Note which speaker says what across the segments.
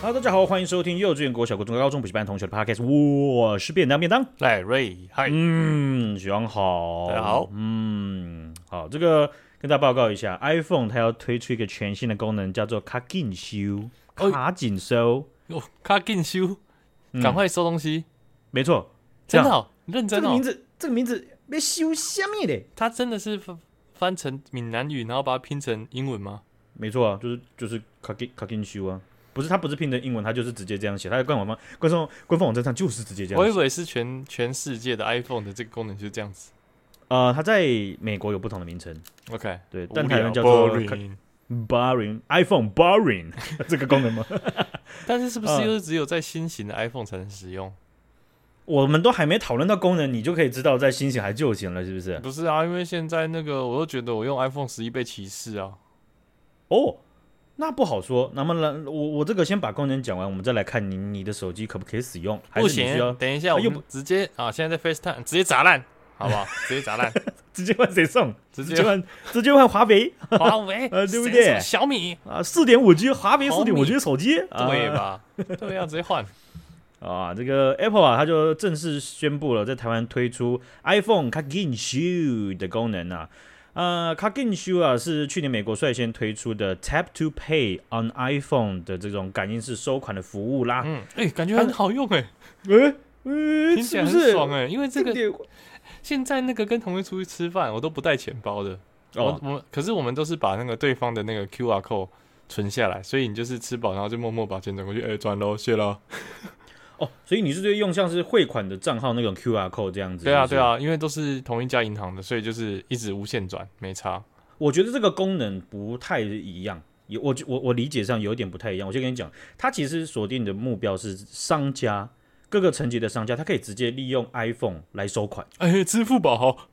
Speaker 1: Hello，大家好，欢迎收听幼稚园、国小、国中、高中补习班同学的 Podcast，我是便当便当。
Speaker 2: 赖瑞，嗨，
Speaker 1: 嗯，许阳好，
Speaker 2: 哎大家好
Speaker 1: 嗯，好，这个跟大家报告一下，iPhone 它要推出一个全新的功能，叫做卡紧修，
Speaker 2: 哦
Speaker 1: 卡紧收，
Speaker 2: 哦，卡进修，
Speaker 1: 嗯
Speaker 2: 赶快收东西，
Speaker 1: 没错，这
Speaker 2: 真
Speaker 1: 样
Speaker 2: 的哦，认
Speaker 1: 这
Speaker 2: 真
Speaker 1: 个名
Speaker 2: 哦，
Speaker 1: 字，这个名字被修虾米嘞？
Speaker 2: 他真的是翻翻成闽南语，然后把它拼成英文吗？
Speaker 1: 没错啊，就是就是卡紧卡紧修啊。不是，它不是拼成英文，它就是直接这样写。它的官网方官方官方网站上就是直接这样
Speaker 2: 我以
Speaker 1: 写。
Speaker 2: 为是全全世界的 iPhone 的这个功能就这样子。
Speaker 1: 呃，它在美国有不同的名称，
Speaker 2: OK，
Speaker 1: 对，
Speaker 2: 无
Speaker 1: 但台
Speaker 2: 聊
Speaker 1: 湾叫做
Speaker 2: boring
Speaker 1: Boring iPhone Boring 这个功能吗？
Speaker 2: 但是是不
Speaker 1: 嗯
Speaker 2: 是又只有在新型的 iPhone 才能使用？
Speaker 1: 我们都还没讨论到功能，你就可以知道在新型还是旧型了，是不是？
Speaker 2: 不是啊，因为现在那个我又觉得我用 iPhone 十一被歧视啊。
Speaker 1: 哦，那不好说。那么呢，我我这个先把功能讲完，我们再来看你你的手机可不可以使用，还
Speaker 2: 不
Speaker 1: 是你需要
Speaker 2: 行，等一下，我
Speaker 1: 又
Speaker 2: 们直接啊，现在在 FaceTime 直接砸烂，好不好？直接 砸烂，
Speaker 1: 直接换谁送？
Speaker 2: 直
Speaker 1: 直接
Speaker 2: 接
Speaker 1: 换直接换华为
Speaker 2: 华 为，
Speaker 1: 呃对不
Speaker 2: 谁
Speaker 1: 对
Speaker 2: 什么小米，
Speaker 1: 啊，四点五 G 华为四
Speaker 2: 毫米
Speaker 1: 点五 G 手机，啊
Speaker 2: 对吧？ 对啊，直接换。
Speaker 1: 啊，这个 Apple 啊，它就正式宣布了，在台湾推出 iPhone c a g i n Shoe 的功能啊。呃 c a g i n Shoe 啊，是去年美国率先推出的 Tap to Pay on iPhone 的这种感应式收款的服务啦。
Speaker 2: 嗯，哎，感觉很好用哎，
Speaker 1: 诶、诶，
Speaker 2: 听起来
Speaker 1: 是不是
Speaker 2: 很爽哎，因为这个
Speaker 1: 点
Speaker 2: 现在那个跟同学出去吃饭，我都不带钱包的。我
Speaker 1: 哦，
Speaker 2: 我可是我们都是把那个对方的那个 QR code 存下来，所以你就是吃饱，然后就默默把钱转过去，哎，转喽，谢喽。
Speaker 1: 哦，所以你是对用像是汇款的账号那种 QR code 这样子？
Speaker 2: 对啊，
Speaker 1: 是不
Speaker 2: 对
Speaker 1: 是。
Speaker 2: 啊，因为都是同一家银行的，所以就是一直无限转，没差。
Speaker 1: 我觉得这个功能不太一样，也我我我理解上有点不太一样。我先跟你讲，它其实锁定的目标是商家各个层级的商家，它可以直接利用 iPhone 来收款。
Speaker 2: 哎，支付宝好，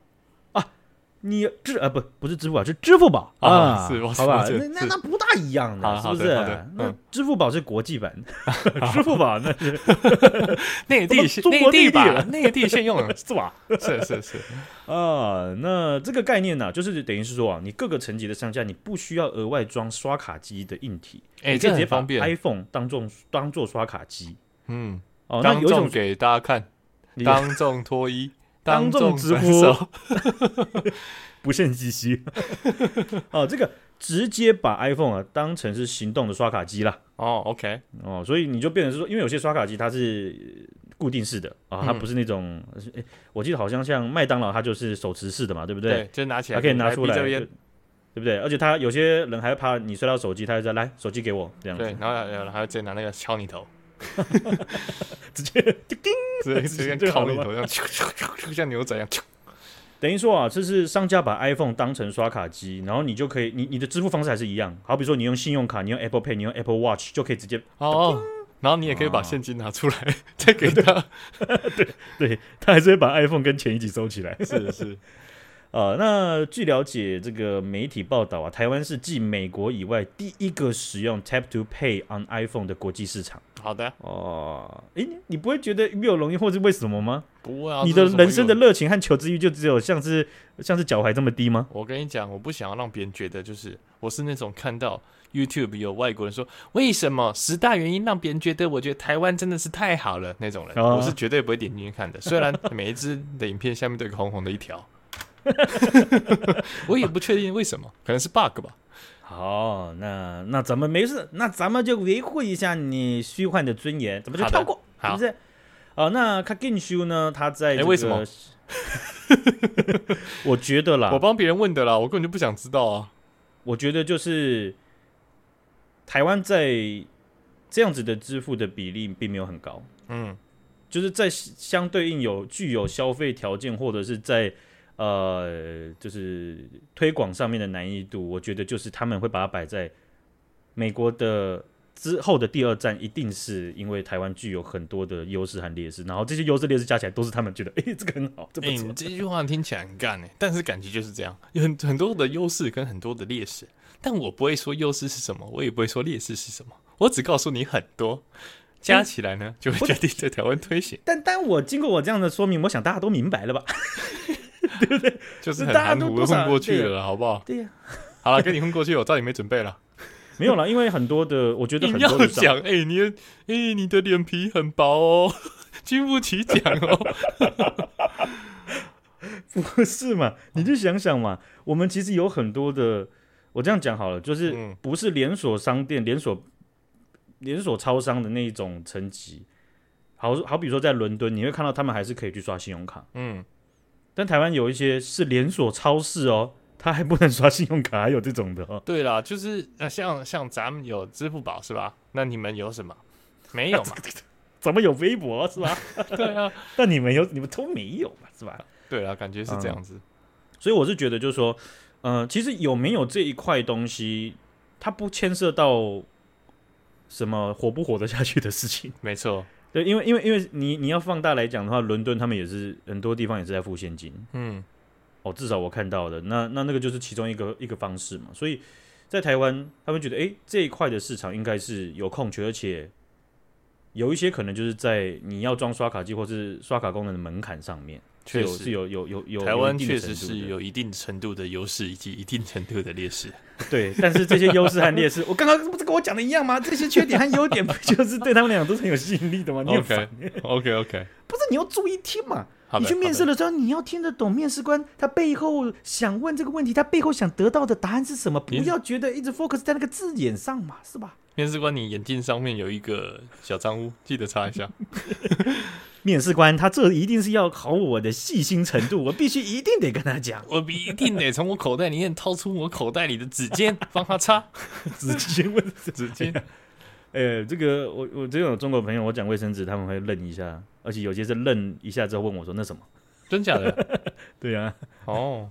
Speaker 1: 你支啊不不是支付宝是支付宝
Speaker 2: 啊
Speaker 1: 啊，
Speaker 2: 是我
Speaker 1: 好吧？
Speaker 2: 是
Speaker 1: 那那
Speaker 2: 是
Speaker 1: 那不大一样的，
Speaker 2: 好
Speaker 1: 是
Speaker 2: 好
Speaker 1: 不
Speaker 2: 对
Speaker 1: 是
Speaker 2: 好对？
Speaker 1: 那
Speaker 2: 嗯
Speaker 1: 支付宝是国际版， 支付宝那是
Speaker 2: 内
Speaker 1: 怎么
Speaker 2: 地先
Speaker 1: 中国内地
Speaker 2: 内地啊吧
Speaker 1: 了，，
Speaker 2: 内地现用了
Speaker 1: 是吧？
Speaker 2: 是是是，
Speaker 1: 啊，那这个概念呢、就是等于是说啊，你各个层级的商家，你不需要额外装刷卡机的硬体，
Speaker 2: 哎，
Speaker 1: 你可以
Speaker 2: 这
Speaker 1: 直接
Speaker 2: 很
Speaker 1: 把
Speaker 2: 方便，
Speaker 1: iPhone 当做当做刷卡机。
Speaker 2: 嗯，
Speaker 1: 哦，那
Speaker 2: 当
Speaker 1: 有一
Speaker 2: 众
Speaker 1: 种
Speaker 2: 给大家看，
Speaker 1: 你
Speaker 2: 当众脱衣，
Speaker 1: 当众
Speaker 2: 众
Speaker 1: 直
Speaker 2: 转
Speaker 1: 播
Speaker 2: 手，
Speaker 1: 不胜唏嘘。 哦，这个直接把 iPhone 啊当成是行动的刷卡机啦。
Speaker 2: 哦，OK，
Speaker 1: 哦，所以你就变成是说，因为有些刷卡机它是呃固定式的啊，它
Speaker 2: 嗯
Speaker 1: 不是那种，诶我记得好像像麦当劳它就是手持式的嘛，对不
Speaker 2: 对，就拿起来，
Speaker 1: 它可以拿出来，
Speaker 2: 来
Speaker 1: 对
Speaker 2: 闭着
Speaker 1: 对
Speaker 2: 眼，
Speaker 1: 不对？而且它有些人还怕你摔到手机，他就在来手机给我这样子
Speaker 2: 对，，然后然后还要直接拿那个敲你头，
Speaker 1: 直接就叮。
Speaker 2: 直接直接
Speaker 1: 这个好
Speaker 2: 敲
Speaker 1: 了
Speaker 2: 你
Speaker 1: 吗
Speaker 2: 头，这样咻咻咻咻像牛仔一样， 咻
Speaker 1: 等于说啊，这是商家把 iPhone 当成刷卡机，然后你就可以，你你的支付方式还是一样，好比说你用信用卡，你用 Apple Pay，你用 Apple Watch 就可以直接，
Speaker 2: 哦，然后你也可以把
Speaker 1: 哦
Speaker 2: 现金拿出来 再 给他，
Speaker 1: 对，它还是会把 iPhone 跟钱一起收起来。
Speaker 2: 是是，
Speaker 1: 呃，那据了解，这个媒体报道啊，台湾是继美国以外第一个使用 Tap to Pay on iPhone 的国际市场。
Speaker 2: 好的，
Speaker 1: 哦，诶，你不会觉得没有容易，或是为什么吗？
Speaker 2: 不会啊，
Speaker 1: 你
Speaker 2: 这
Speaker 1: 的
Speaker 2: 有什么
Speaker 1: 人生的
Speaker 2: 用，
Speaker 1: 热情和求知欲就只有像是像是脚踝这么低吗？
Speaker 2: 我跟你讲，我不想要让别人觉得就是我是那种看到。YouTube 有外国人说，为什么十大原因让别人觉得我觉得台湾真的是太好了那种人，
Speaker 1: 哦
Speaker 2: 我是绝对不会点进去看的。虽然每一支的影片下面都有个红红的 一条，我也不确定为什么，可能是 bug 吧。
Speaker 1: 好，那那咱们没事，那咱们就维护一下你虚幻的尊严，咱们就
Speaker 2: 好的
Speaker 1: 跳过，是
Speaker 2: 好
Speaker 1: 不是？啊、那卡金修呢？他在、
Speaker 2: 诶
Speaker 1: 这个
Speaker 2: 为什么？
Speaker 1: 我觉得 啦，
Speaker 2: 我
Speaker 1: 我
Speaker 2: 帮别人问的啦，我根本就不想知道啊。
Speaker 1: 我觉得就是台湾在这样子的支付的比例并没有很高，
Speaker 2: 嗯，
Speaker 1: 就是在相对应有具有消费条件或者是在呃就是推广上面的难易度，我觉得就是他们会把它摆在美国的之后的第二站，一定是因为台湾具有很多的优势和劣势，然后这些优势劣势加起来都是他们觉得，诶，这个很好，这不
Speaker 2: 哎、
Speaker 1: 错。
Speaker 2: 你这句话听起来很干哎、但是感觉就是这样，有很很多的优势跟很多的劣势，但我不会说优势是什么，我也不会说劣势是什么，我只告诉你很多，加起来呢就会决定在台湾推行，
Speaker 1: 但但我经过我这样的说明，我想大家都明白了吧？
Speaker 2: 就是
Speaker 1: 这
Speaker 2: 很
Speaker 1: 大家
Speaker 2: 含
Speaker 1: 都
Speaker 2: 糊
Speaker 1: 多
Speaker 2: 的
Speaker 1: 少
Speaker 2: 混过去
Speaker 1: 对
Speaker 2: 了啦，好不好？
Speaker 1: 对呀、
Speaker 2: 好了，跟你混过去，我知道你没准备了。
Speaker 1: 没有啦，因为很多的，我觉得
Speaker 2: 硬
Speaker 1: 很
Speaker 2: 要
Speaker 1: 多的商
Speaker 2: 讲，哎、你的，哎、你的脸皮很薄哦，经不起讲哦。
Speaker 1: 不是嘛？你就想想嘛，我们其实有很多的，我这样讲好了，就是
Speaker 2: 嗯，
Speaker 1: 不是连锁商店、连锁连锁超商的那一种层级。好好比说，在伦敦，你会看到他们还是可以去刷信用卡，
Speaker 2: 嗯，
Speaker 1: 但台湾有一些是连锁超市哦，它还不能刷信用卡，还有这种的哦。
Speaker 2: 对啦，就是呃，像像咱们有支付宝是吧？那你们有什么？没有嘛？
Speaker 1: 咱们有微博是吧？
Speaker 2: 对啊，
Speaker 1: 但你们有，你们都没有嘛是吧？
Speaker 2: 对啦，感觉是这样子。
Speaker 1: 所以我是觉得，就是说，呃，其实有没有这一块东西，它不牵涉到什么活不活得下去的事情。
Speaker 2: 没错，
Speaker 1: 对，因为因为因为你你要放大来讲的话，伦敦他们也是很多地方也是在付现金
Speaker 2: 嗯，
Speaker 1: 哦，至少我看到的，那那那个就是其中一个一个方式嘛。所以在台湾，他们觉得，诶，这一块的市场应该是有空缺，而且有一些可能就是在你要装刷卡机或是刷卡功能的门槛上面，是
Speaker 2: 确
Speaker 1: 有是
Speaker 2: 实，
Speaker 1: 有有有有
Speaker 2: 台湾
Speaker 1: 有一定的
Speaker 2: 确实
Speaker 1: 程度
Speaker 2: 是
Speaker 1: 的
Speaker 2: 有一定程度的优势以及一定程度的劣 势。
Speaker 1: 对，但是这些优势和劣势，我刚刚这不是跟我讲的一样吗？这些缺点和优点不 就是对他们俩都是很有吸引力的吗？你很烦
Speaker 2: OK OK，
Speaker 1: 不是你要注意听嘛？
Speaker 2: 好的，
Speaker 1: 你去面试
Speaker 2: 好的
Speaker 1: 的时候，你要听得懂面试官他背后想问这个问题，他背后想得到的答案是什么？不
Speaker 2: 你
Speaker 1: 要觉得一直 focus 在那个字眼上嘛，是吧？
Speaker 2: 面试官，你眼镜上面有一个小脏污，记得擦一下。
Speaker 1: 面试官他这一定是要考我的细心程度，我必须一定得跟他讲，
Speaker 2: 我一定得从我口袋里面掏出我口袋里的指尖，帮他擦
Speaker 1: 直接 问。
Speaker 2: 指 尖。
Speaker 1: 呃，这个我我真有中国朋友，我讲卫生纸他们会愣一下，而且有些是愣一下之后问我说那什么？
Speaker 2: 真假的？
Speaker 1: 对呀、
Speaker 2: 哦，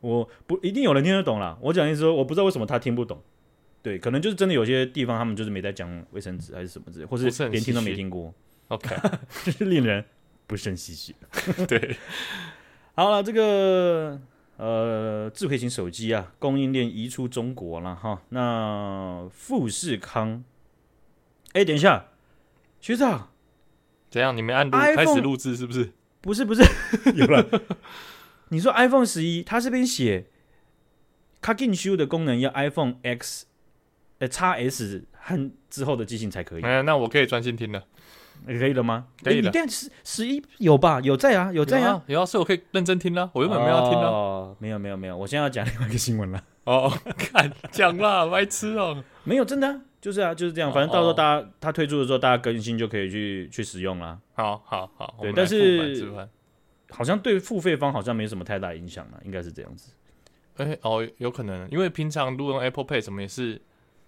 Speaker 1: 我不一定有人听得懂啦。我讲意思说，我不知道为什么他听不懂。对，可能就是真的有些地方他们就是没在讲卫生纸还是什么之类，或
Speaker 2: 不是
Speaker 1: 是
Speaker 2: 很
Speaker 1: 连听都
Speaker 2: 唏嘘
Speaker 1: 没听过，
Speaker 2: OK，
Speaker 1: 这是令人不胜唏嘘。
Speaker 2: 对，
Speaker 1: 好了，这个呃，智慧型手机啊，供应链移出中国了哈。那富士康，哎，等一下，学长，
Speaker 2: 怎样？你们按录
Speaker 1: iPhone-
Speaker 2: 开始录制是不是？
Speaker 1: 不是不是， 有了。你说 iPhone 十一，它这边写 c u t i n Shoe 的功能要 iPhone X、呃 x S 和之后的机型才可以，
Speaker 2: 哎，那我可以专心听了。
Speaker 1: 可以了吗？
Speaker 2: 可以
Speaker 1: 诶
Speaker 2: 了
Speaker 1: 你但十十一有吧？有在啊，有在啊。，
Speaker 2: 有啊，所以我可以认真听了。我原本没有要听啊 了。
Speaker 1: 哦，没有没有没有，我现在要讲另外一个新闻了。
Speaker 2: 哦，看讲啦，白痴哦。
Speaker 1: 没有，真的、啊、就是啊，就是这样。反正到时候大家它推出的时候，大家更新就可以去去使用啦。
Speaker 2: 好好好，
Speaker 1: 对
Speaker 2: 我们来
Speaker 1: 但是
Speaker 2: 复盘复盘
Speaker 1: 好像对付费方好像没什么太大影响了，啊应该是这样子。
Speaker 2: 哎哦，有可能，因为平常录用 Apple Pay 什么也是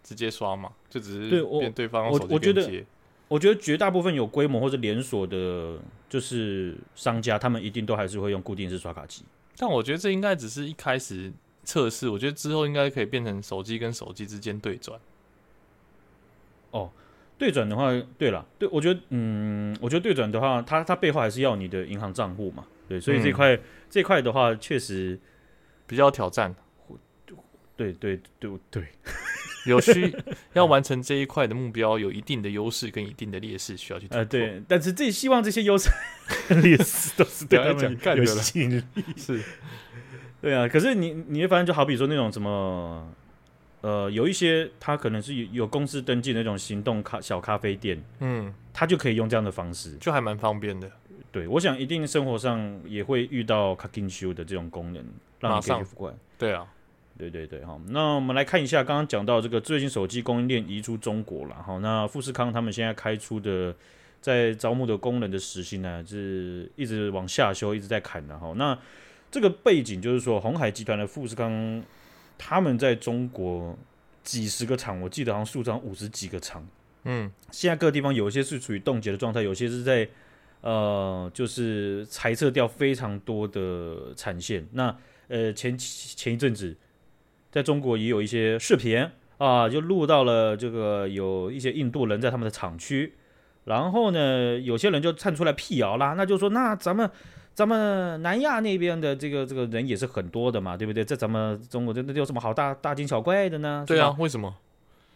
Speaker 2: 直接刷嘛，就只是
Speaker 1: 对我
Speaker 2: 变对方用
Speaker 1: 我
Speaker 2: 手机
Speaker 1: 我觉
Speaker 2: 连
Speaker 1: 得
Speaker 2: 接。
Speaker 1: 我觉得绝大部分有规模或者连锁的，就是商家，他们一定都还是会用固定式刷卡机。
Speaker 2: 但我觉得这应该只是一开始测试，我觉得之后应该可以变成手机跟手机之间对转。
Speaker 1: 对转的话，对了，对我觉得，嗯，我觉得对转的话，它它背后还是要你的银行账户嘛，对，所以这块、这块的话，确实，
Speaker 2: 比较有挑战，
Speaker 1: 对对对对，
Speaker 2: 有需要完成这一块的目标，有一定的优势跟一定的劣势需要去突破。
Speaker 1: 呃，对，但是这希望这些优 势劣势都 是对啊他
Speaker 2: 不要再讲
Speaker 1: 们
Speaker 2: 干
Speaker 1: 有
Speaker 2: 的了
Speaker 1: 吸引力。
Speaker 2: 是，
Speaker 1: 对啊，可是你你会发现，就好比说那种什么，呃，有一些它可能是有有公司登记的那种行动咖小咖啡店，
Speaker 2: 嗯，
Speaker 1: 它就可以用这样的方式。
Speaker 2: 就还蛮方便的。
Speaker 1: 对，我想一定生活上也会遇到 c u t i n g shoe 的这种功能，让
Speaker 2: 马
Speaker 1: 你可以去
Speaker 2: 上
Speaker 1: 付款。
Speaker 2: 对啊，
Speaker 1: 对对对，好，那我们来看一下，刚刚讲到这个最近手机供应链移出中国了，好，那富士康他们现在开出的在招募的工人的时薪呢，是一直往下修，一直在砍的哈。那这个背景就是说，红海集团的富士康，他们在中国几十个厂，我记得好像数张五十几个厂，
Speaker 2: 嗯，
Speaker 1: 现在各地方有一些是处于冻结的状态，有些是在呃，就是裁撤掉非常多的产线。那呃，前前一阵子，在中国也有一些视频啊，就录到了这个有一些印度人在他们的厂区，然后呢，有些人就站出来辟谣啦，那就说那咱们。咱们南亚那边的这个这个人也是很多的嘛，对不对？在咱们中国，这这有什么好大大惊小怪的呢？
Speaker 2: 对
Speaker 1: 是
Speaker 2: 啊，
Speaker 1: 吧，
Speaker 2: 为什么？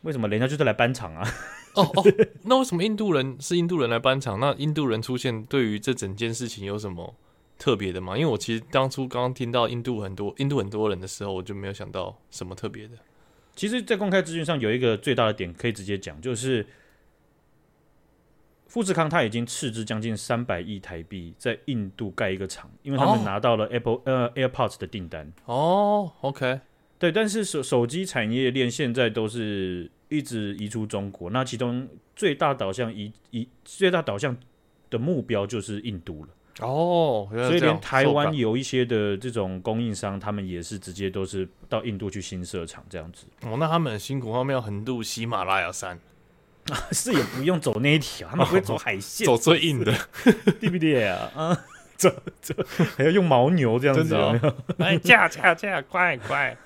Speaker 1: 为什么人家就是来搬场啊？
Speaker 2: 哦哦，那为什么印度人是印度人来搬场？那印度人出现对于这整件事情有什么特别的吗？因为我其实当初刚刚听到印度很多印度很多人的时候，我就没有想到什么特别的。
Speaker 1: 其实，在公开资讯上有一个最大的点可以直接讲，就是富士康他已经斥资将近三百亿台币在印度盖一个厂，因为他
Speaker 2: 哦
Speaker 1: 们拿到了 Apple、呃 AirPods 的订单。
Speaker 2: 哦，OK，
Speaker 1: 对，但是手手机产业链现在都是一直移出中国，那其中最大导向移移最大导向的目标就是印度了，
Speaker 2: 哦，原来
Speaker 1: 所以
Speaker 2: 这
Speaker 1: 连
Speaker 2: 样
Speaker 1: 台
Speaker 2: 受
Speaker 1: 湾有一些的这种供应商，他们也是直接都是到印度去新设厂这样子，
Speaker 2: 感哦，那他们很辛苦，他们要横渡喜马拉雅山，
Speaker 1: 是也不用走那一条，他们不会哦走海线，
Speaker 2: 走最硬 的，
Speaker 1: 对不对啊？啊， 走走，还要用牦牛这样
Speaker 2: 真
Speaker 1: 子
Speaker 2: 的
Speaker 1: 啊？
Speaker 2: 哦，哎，架架架，快快，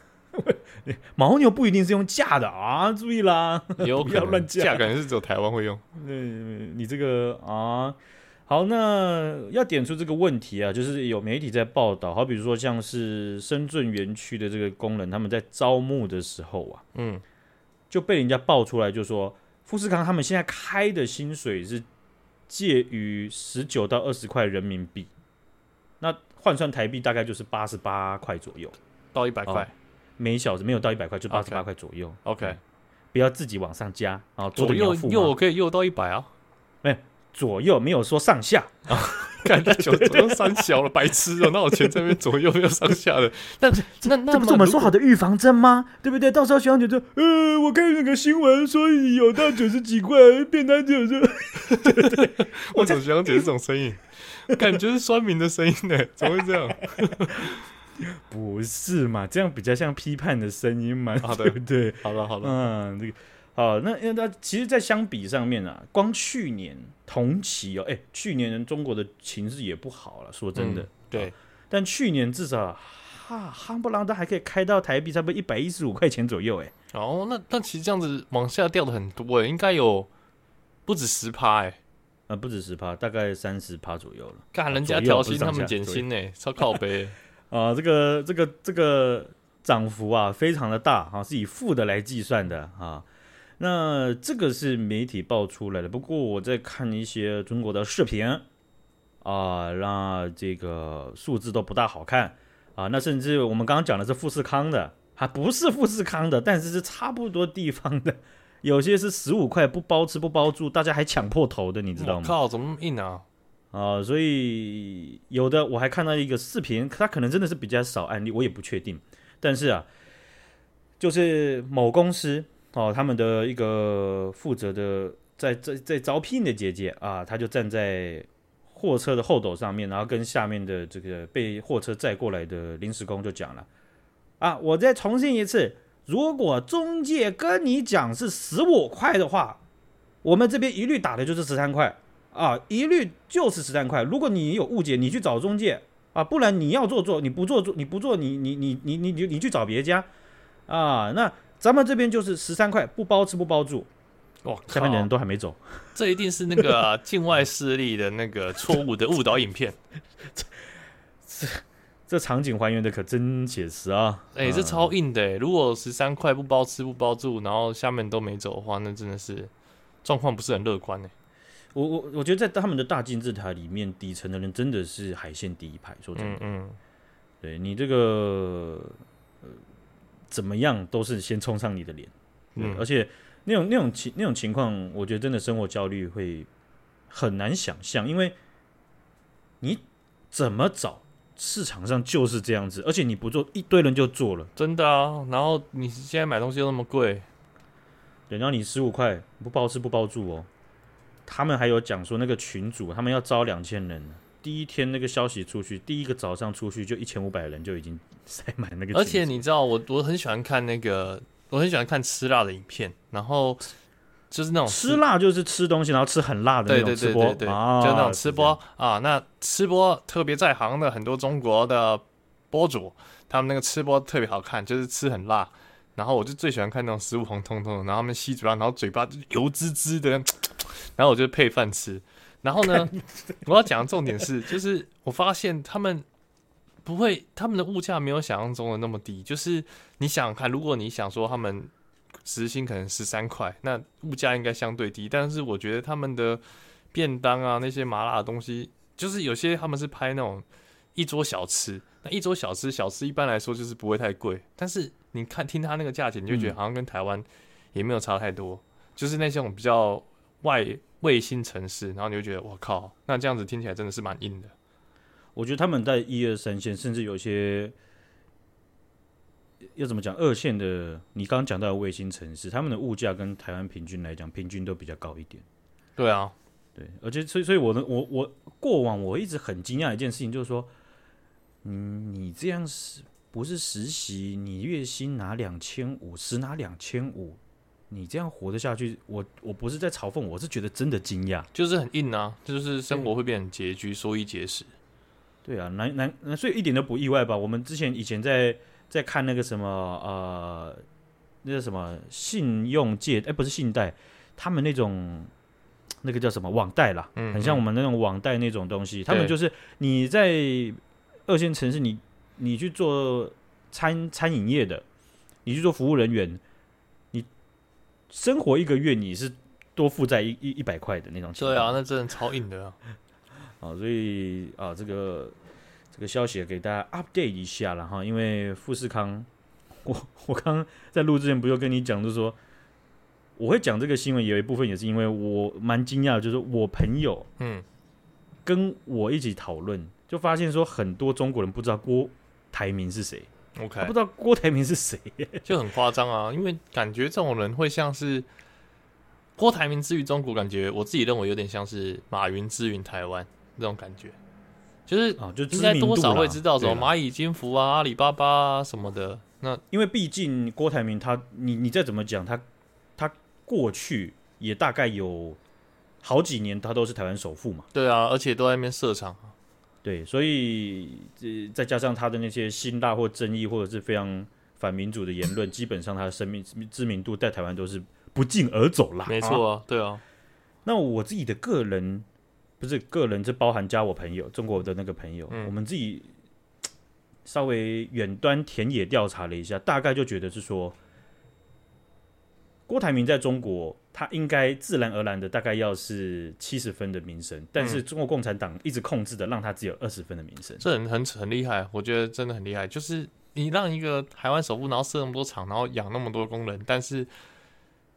Speaker 1: 牦牛不一定是用架的啊，注意啦。
Speaker 2: 有
Speaker 1: 不
Speaker 2: 可
Speaker 1: 要
Speaker 2: 能
Speaker 1: 乱架
Speaker 2: 架，感觉是只有台湾会用。
Speaker 1: 嗯，你这个啊，好，那要点出这个问题啊，就是有媒体在报道，好比如说像是深圳园区的这个工人，他们在招募的时候啊，
Speaker 2: 嗯，
Speaker 1: 就被人家爆出来，就说富士康他们现在开的薪水是介于十九到二十块人民币，那换算台币大概就是八十八块左右，
Speaker 2: 到一百
Speaker 1: 哦
Speaker 2: 块
Speaker 1: 每小时没有到一百块，就八十
Speaker 2: OK
Speaker 1: 八块左右，
Speaker 2: 哦，OK，
Speaker 1: 不要自己往上加啊，做
Speaker 2: 左
Speaker 1: 得你要
Speaker 2: 右
Speaker 1: 付吗
Speaker 2: 右可以右到一百啊，
Speaker 1: 左右没有说上下。
Speaker 2: 干那左左右上小了，白痴哦、那我钱这边左右没有上下的，那那那
Speaker 1: 这不是我们说好
Speaker 2: 的
Speaker 1: 的预防针吗？对不对？到时候学长姐说，呃，我看那个新闻说有到九十几块，变成九十，
Speaker 2: 我怎么想解这种声音？感觉是酸民的声音呢、怎么会这样？
Speaker 1: 不是嘛？这样比较像批判的声音嘛，
Speaker 2: 好的
Speaker 1: 对不对？
Speaker 2: 好了好了，
Speaker 1: 嗯，这个好，那因为它其实，在相比上面啊，光去年同期哦，哎，去年中国的情势也不好了，说真的，
Speaker 2: 嗯对，
Speaker 1: 但去年至少哈夯不啷当还可以开到台币差不多一百一十五块钱左右，哎，
Speaker 2: 哦，那那其实这样子往下掉的很多、欸，应该有不止十趴哎。
Speaker 1: 啊，不止十趴，大概三十趴左右了。
Speaker 2: 干人
Speaker 1: 啊左
Speaker 2: 家
Speaker 1: 右
Speaker 2: 调
Speaker 1: 不是
Speaker 2: 薪，
Speaker 1: 上
Speaker 2: 他们
Speaker 1: 下
Speaker 2: 减
Speaker 1: 左
Speaker 2: 薪呢、超靠背、欸。
Speaker 1: 啊、这个这个这个涨幅啊，非常的大哈、是以负的来计算的啊。那这个是媒体爆出来的，不过我在看一些中国的视频啊，那这个数字都不大好看啊。那甚至我们刚刚讲的是富士康的，还不是富士康的，但是是差不多地方的，有些是十五块不包吃不包住，大家还抢破头 的，你知道
Speaker 2: 我
Speaker 1: 吗？
Speaker 2: 靠，怎么那么硬啊？
Speaker 1: 啊、所以有的我还看到一个视频，它可能真的是比较少案例，我也不确定。但是啊，就是某公司哦，他们的一个负责的在在在招聘的姐姐啊，她就站在货车的后斗上面，然后跟下面的这个被货车载过来的临时工就讲了啊，我再重新一次，如果中介跟你讲是十五块的话，我们这边一律打的就是十三块。啊，一律就是十三块。如果你有误解，你去找中介啊，不然你要做做，你不做做，你不做，你你你你你你你去找别家啊。那咱们这边就是十三块，不包吃不包住。
Speaker 2: 哇靠，
Speaker 1: 下面的人都还没走，
Speaker 2: 这一定是那个啊境外势力的那个错误的误导影片。
Speaker 1: 这场景还原的可真写实啊！
Speaker 2: 哎、这超硬的、欸。如果十三块不包吃不包住，然后下面都没走的话，那真的是状况不是很乐观欸呢、
Speaker 1: 我我我觉得在他们的大金字塔里面，底层的人真的是海鲜第一排。说真的，
Speaker 2: 嗯嗯，
Speaker 1: 对你这个、呃、怎么样都是先冲上你的脸，嗯
Speaker 2: 嗯，
Speaker 1: 而且那种那种情那种情况，我觉得真的生活焦虑会很难想象，因为你怎么找市场上就是这样子，而且你不做，一堆人就做了，
Speaker 2: 真的啊。然后你现在买东西又那么贵，
Speaker 1: 对，然后你十五块不包吃不包住哦。他们还有讲说那个群主他们要招两千人，第一天那个消息出去，第一个早上出去就一千五百人就已经 塞满那个群组，
Speaker 2: 而且你知道我我很喜欢看那个，我很喜欢看吃辣的影片，然后哦就是那种
Speaker 1: 吃辣就是吃东西，然后吃很辣的
Speaker 2: 对
Speaker 1: 那种
Speaker 2: 对
Speaker 1: 吃
Speaker 2: 对
Speaker 1: 播，
Speaker 2: 对对，
Speaker 1: 啊、
Speaker 2: 就那种吃
Speaker 1: 是这样
Speaker 2: 播啊。那吃播特别在行的很多中国的博主，他们那个吃播特别好看，就是吃很辣。然后我就最喜欢看那种食物红彤彤的，然后他们吸主要，然后嘴巴就油滋滋的，然后我就配饭吃。然后 呢，我要讲的重点是，就是我发现他们不会，他们的物价没有想象中的那么低。就是你想想看，如果你想说他们时薪可能十三块，那物价应该相对低，但是我觉得他们的便当啊那些麻辣的东西，就是有些他们是拍那种一桌小吃，那一桌小吃小吃一般来说就是不会太贵，但是你看听它那个价钱，你就觉得好像跟台湾也没有差太多，就是那种比较外卫星城市，然后你就觉得我靠，那这样子听起来真的是蛮硬的。
Speaker 1: 我觉得他们在一二三线，甚至有些要怎么讲，二线的，你刚刚讲到的卫星城市，他们的物价跟台湾平均来讲，平均都比较高一点。
Speaker 2: 对啊，
Speaker 1: 对，而且所以所以我的我我过往我一直很惊讶一件事情，就是说，嗯，你这样是不是实习？你月薪拿两千五，实拿两千五，你这样活得下去？我我不是在嘲讽，我是觉得真的惊讶。
Speaker 2: 就是很硬啊，就是生活会变很拮据，缩衣节食。
Speaker 1: 对啊，难难，那所以一点都不意外吧？我们之前以前在在看那个什么呃，那个什么信用借，哎、不是信贷，他们那种那个叫什么网贷啦，
Speaker 2: 嗯
Speaker 1: 很像我们那种网贷那种东西。他们就是你在二线城市你，你去做餐餐饮业的，你去做服务人员，你生活一个月你是多负债一一一百块的那种情况。
Speaker 2: 对啊，那真的超硬的、啊。
Speaker 1: 啊，所以啊，这个这个消息也给大家 update 一下了哈，因为富士康，我我刚刚在录之前不就跟你讲，就是说我会讲这个新闻，有一部分也是因为我蛮惊讶的，就是我朋友
Speaker 2: 嗯，
Speaker 1: 跟我一起讨论，就发现说很多中国人不知道郭台铭是谁，
Speaker 2: OK，
Speaker 1: 啊他不知道郭台铭是谁，
Speaker 2: 就很夸张啊，因为感觉这种人会像是郭台铭之于中国，感觉我自己认为有点像是马云之于台湾那种感觉，就是
Speaker 1: 啊，就知
Speaker 2: 应该
Speaker 1: 名
Speaker 2: 多
Speaker 1: 度
Speaker 2: 少
Speaker 1: 啦
Speaker 2: 会知道什
Speaker 1: 对
Speaker 2: 么
Speaker 1: 啦
Speaker 2: 蚂蚁金服啊、阿里巴巴啊什么的。那
Speaker 1: 因为毕竟郭台铭他，你你再怎么讲他，他过去也大概有好几年他都是台湾首富嘛，
Speaker 2: 对啊，而且都在那边设厂啊，
Speaker 1: 对，所以这再加上他的那些辛辣或争议或者是非常反民主的言论，基本上他的生命知名度在台湾都是不胫而走啦。
Speaker 2: 没
Speaker 1: 啊
Speaker 2: 错啊，对啊，
Speaker 1: 那我自己的个人不是个人，这包含加我朋友中国的那个朋友，
Speaker 2: 嗯
Speaker 1: 我们自己嘖稍微远端田野调查了一下，大概就觉得是说，郭台铭在中国他应该自然而然的大概要是七十分的名声，但
Speaker 2: 嗯
Speaker 1: 是中国共产党一直控制的，让他只有二十分的名声。
Speaker 2: 这很很很厉害，我觉得真的很厉害。就是你让一个台湾首富，然后设那么多厂，然后养那么多工人，但是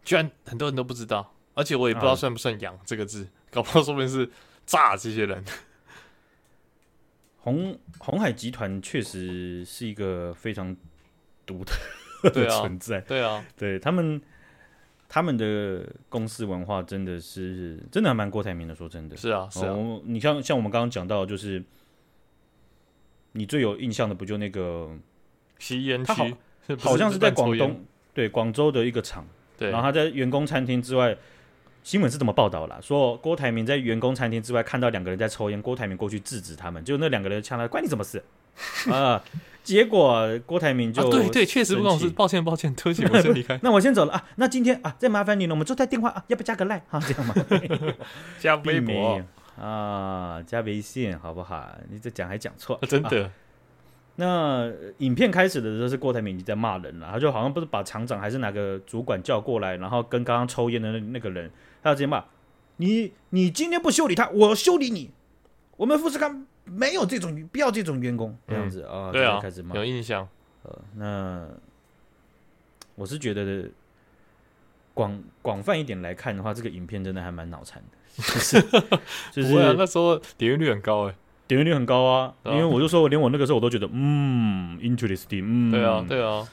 Speaker 2: 居然很多人都不知道，而且我也不知道
Speaker 1: 啊
Speaker 2: 算不算“养”这个字，搞不好说不定是炸这些人。
Speaker 1: 红红海集团确实是一个非常独特
Speaker 2: 对
Speaker 1: 的
Speaker 2: 啊
Speaker 1: 存在。
Speaker 2: 对啊，
Speaker 1: 对他们，他们的公司文化真的是真的还蛮郭台铭的。说真的，
Speaker 2: 是啊，是啊，
Speaker 1: 哦、你像像我们刚刚讲到，就是你最有印象的，不就那个
Speaker 2: 吸烟
Speaker 1: 他好
Speaker 2: 区不
Speaker 1: 好像是在
Speaker 2: 乱抽
Speaker 1: 广
Speaker 2: 烟
Speaker 1: 东，对广州的一个厂，
Speaker 2: 对
Speaker 1: 然后他在员工餐厅之外。新闻是怎么报道啦？说郭台铭在员工餐厅之外看到两个人在抽烟，郭台铭过去制止他们，就那两个人呛他：“关你什么事？” 啊、结果郭台铭就、
Speaker 2: 啊，对对，确实不
Speaker 1: 生
Speaker 2: 跟我是，
Speaker 1: 气
Speaker 2: 抱歉抱歉，对不起，我先离
Speaker 1: ，
Speaker 2: 开
Speaker 1: 那我先走了啊。那今天啊，再麻烦你了，我们就在电话啊，要不要加个赖啊？这 样吗？
Speaker 2: 加微
Speaker 1: 并没
Speaker 2: 博
Speaker 1: 有啊，加微信好不好？你这讲还讲错
Speaker 2: 啊，，真
Speaker 1: 啊
Speaker 2: 的、
Speaker 1: 那呃影片开始的时候是郭台铭已经在骂人了，他就好像不是把厂长还是哪个主管叫过来，然后跟刚刚抽烟的那那个人，他就直接骂你，你今天不修理他，我修理你。我们富士康没有这种不要这种员工这样子啊，
Speaker 2: 对
Speaker 1: 就
Speaker 2: 啊
Speaker 1: 开始，骂
Speaker 2: 有。印象，
Speaker 1: 呃，那我是觉得广广泛一点来看的话，这个影片真的还蛮脑残的， 就是就
Speaker 2: 不会啊，
Speaker 1: 是
Speaker 2: 那时候点阅率很高哎、
Speaker 1: 点阅率很高啊，
Speaker 2: 对
Speaker 1: 因
Speaker 2: 啊
Speaker 1: 为我就说我连我那个时候我都觉得嗯，interesting，嗯，
Speaker 2: 对啊对啊，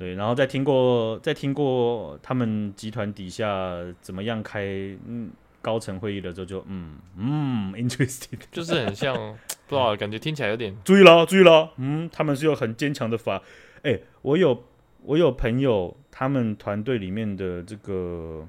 Speaker 1: 对，然后再听过再听过他们集团底下怎么样开嗯高层会议的时候就，嗯嗯，interesting。
Speaker 2: 就是很像， 不知道，啊感觉听起来有点
Speaker 1: 注意了，注意了，嗯，他们是有很坚强的法。哎，我有我有朋友，他们团队里面的这个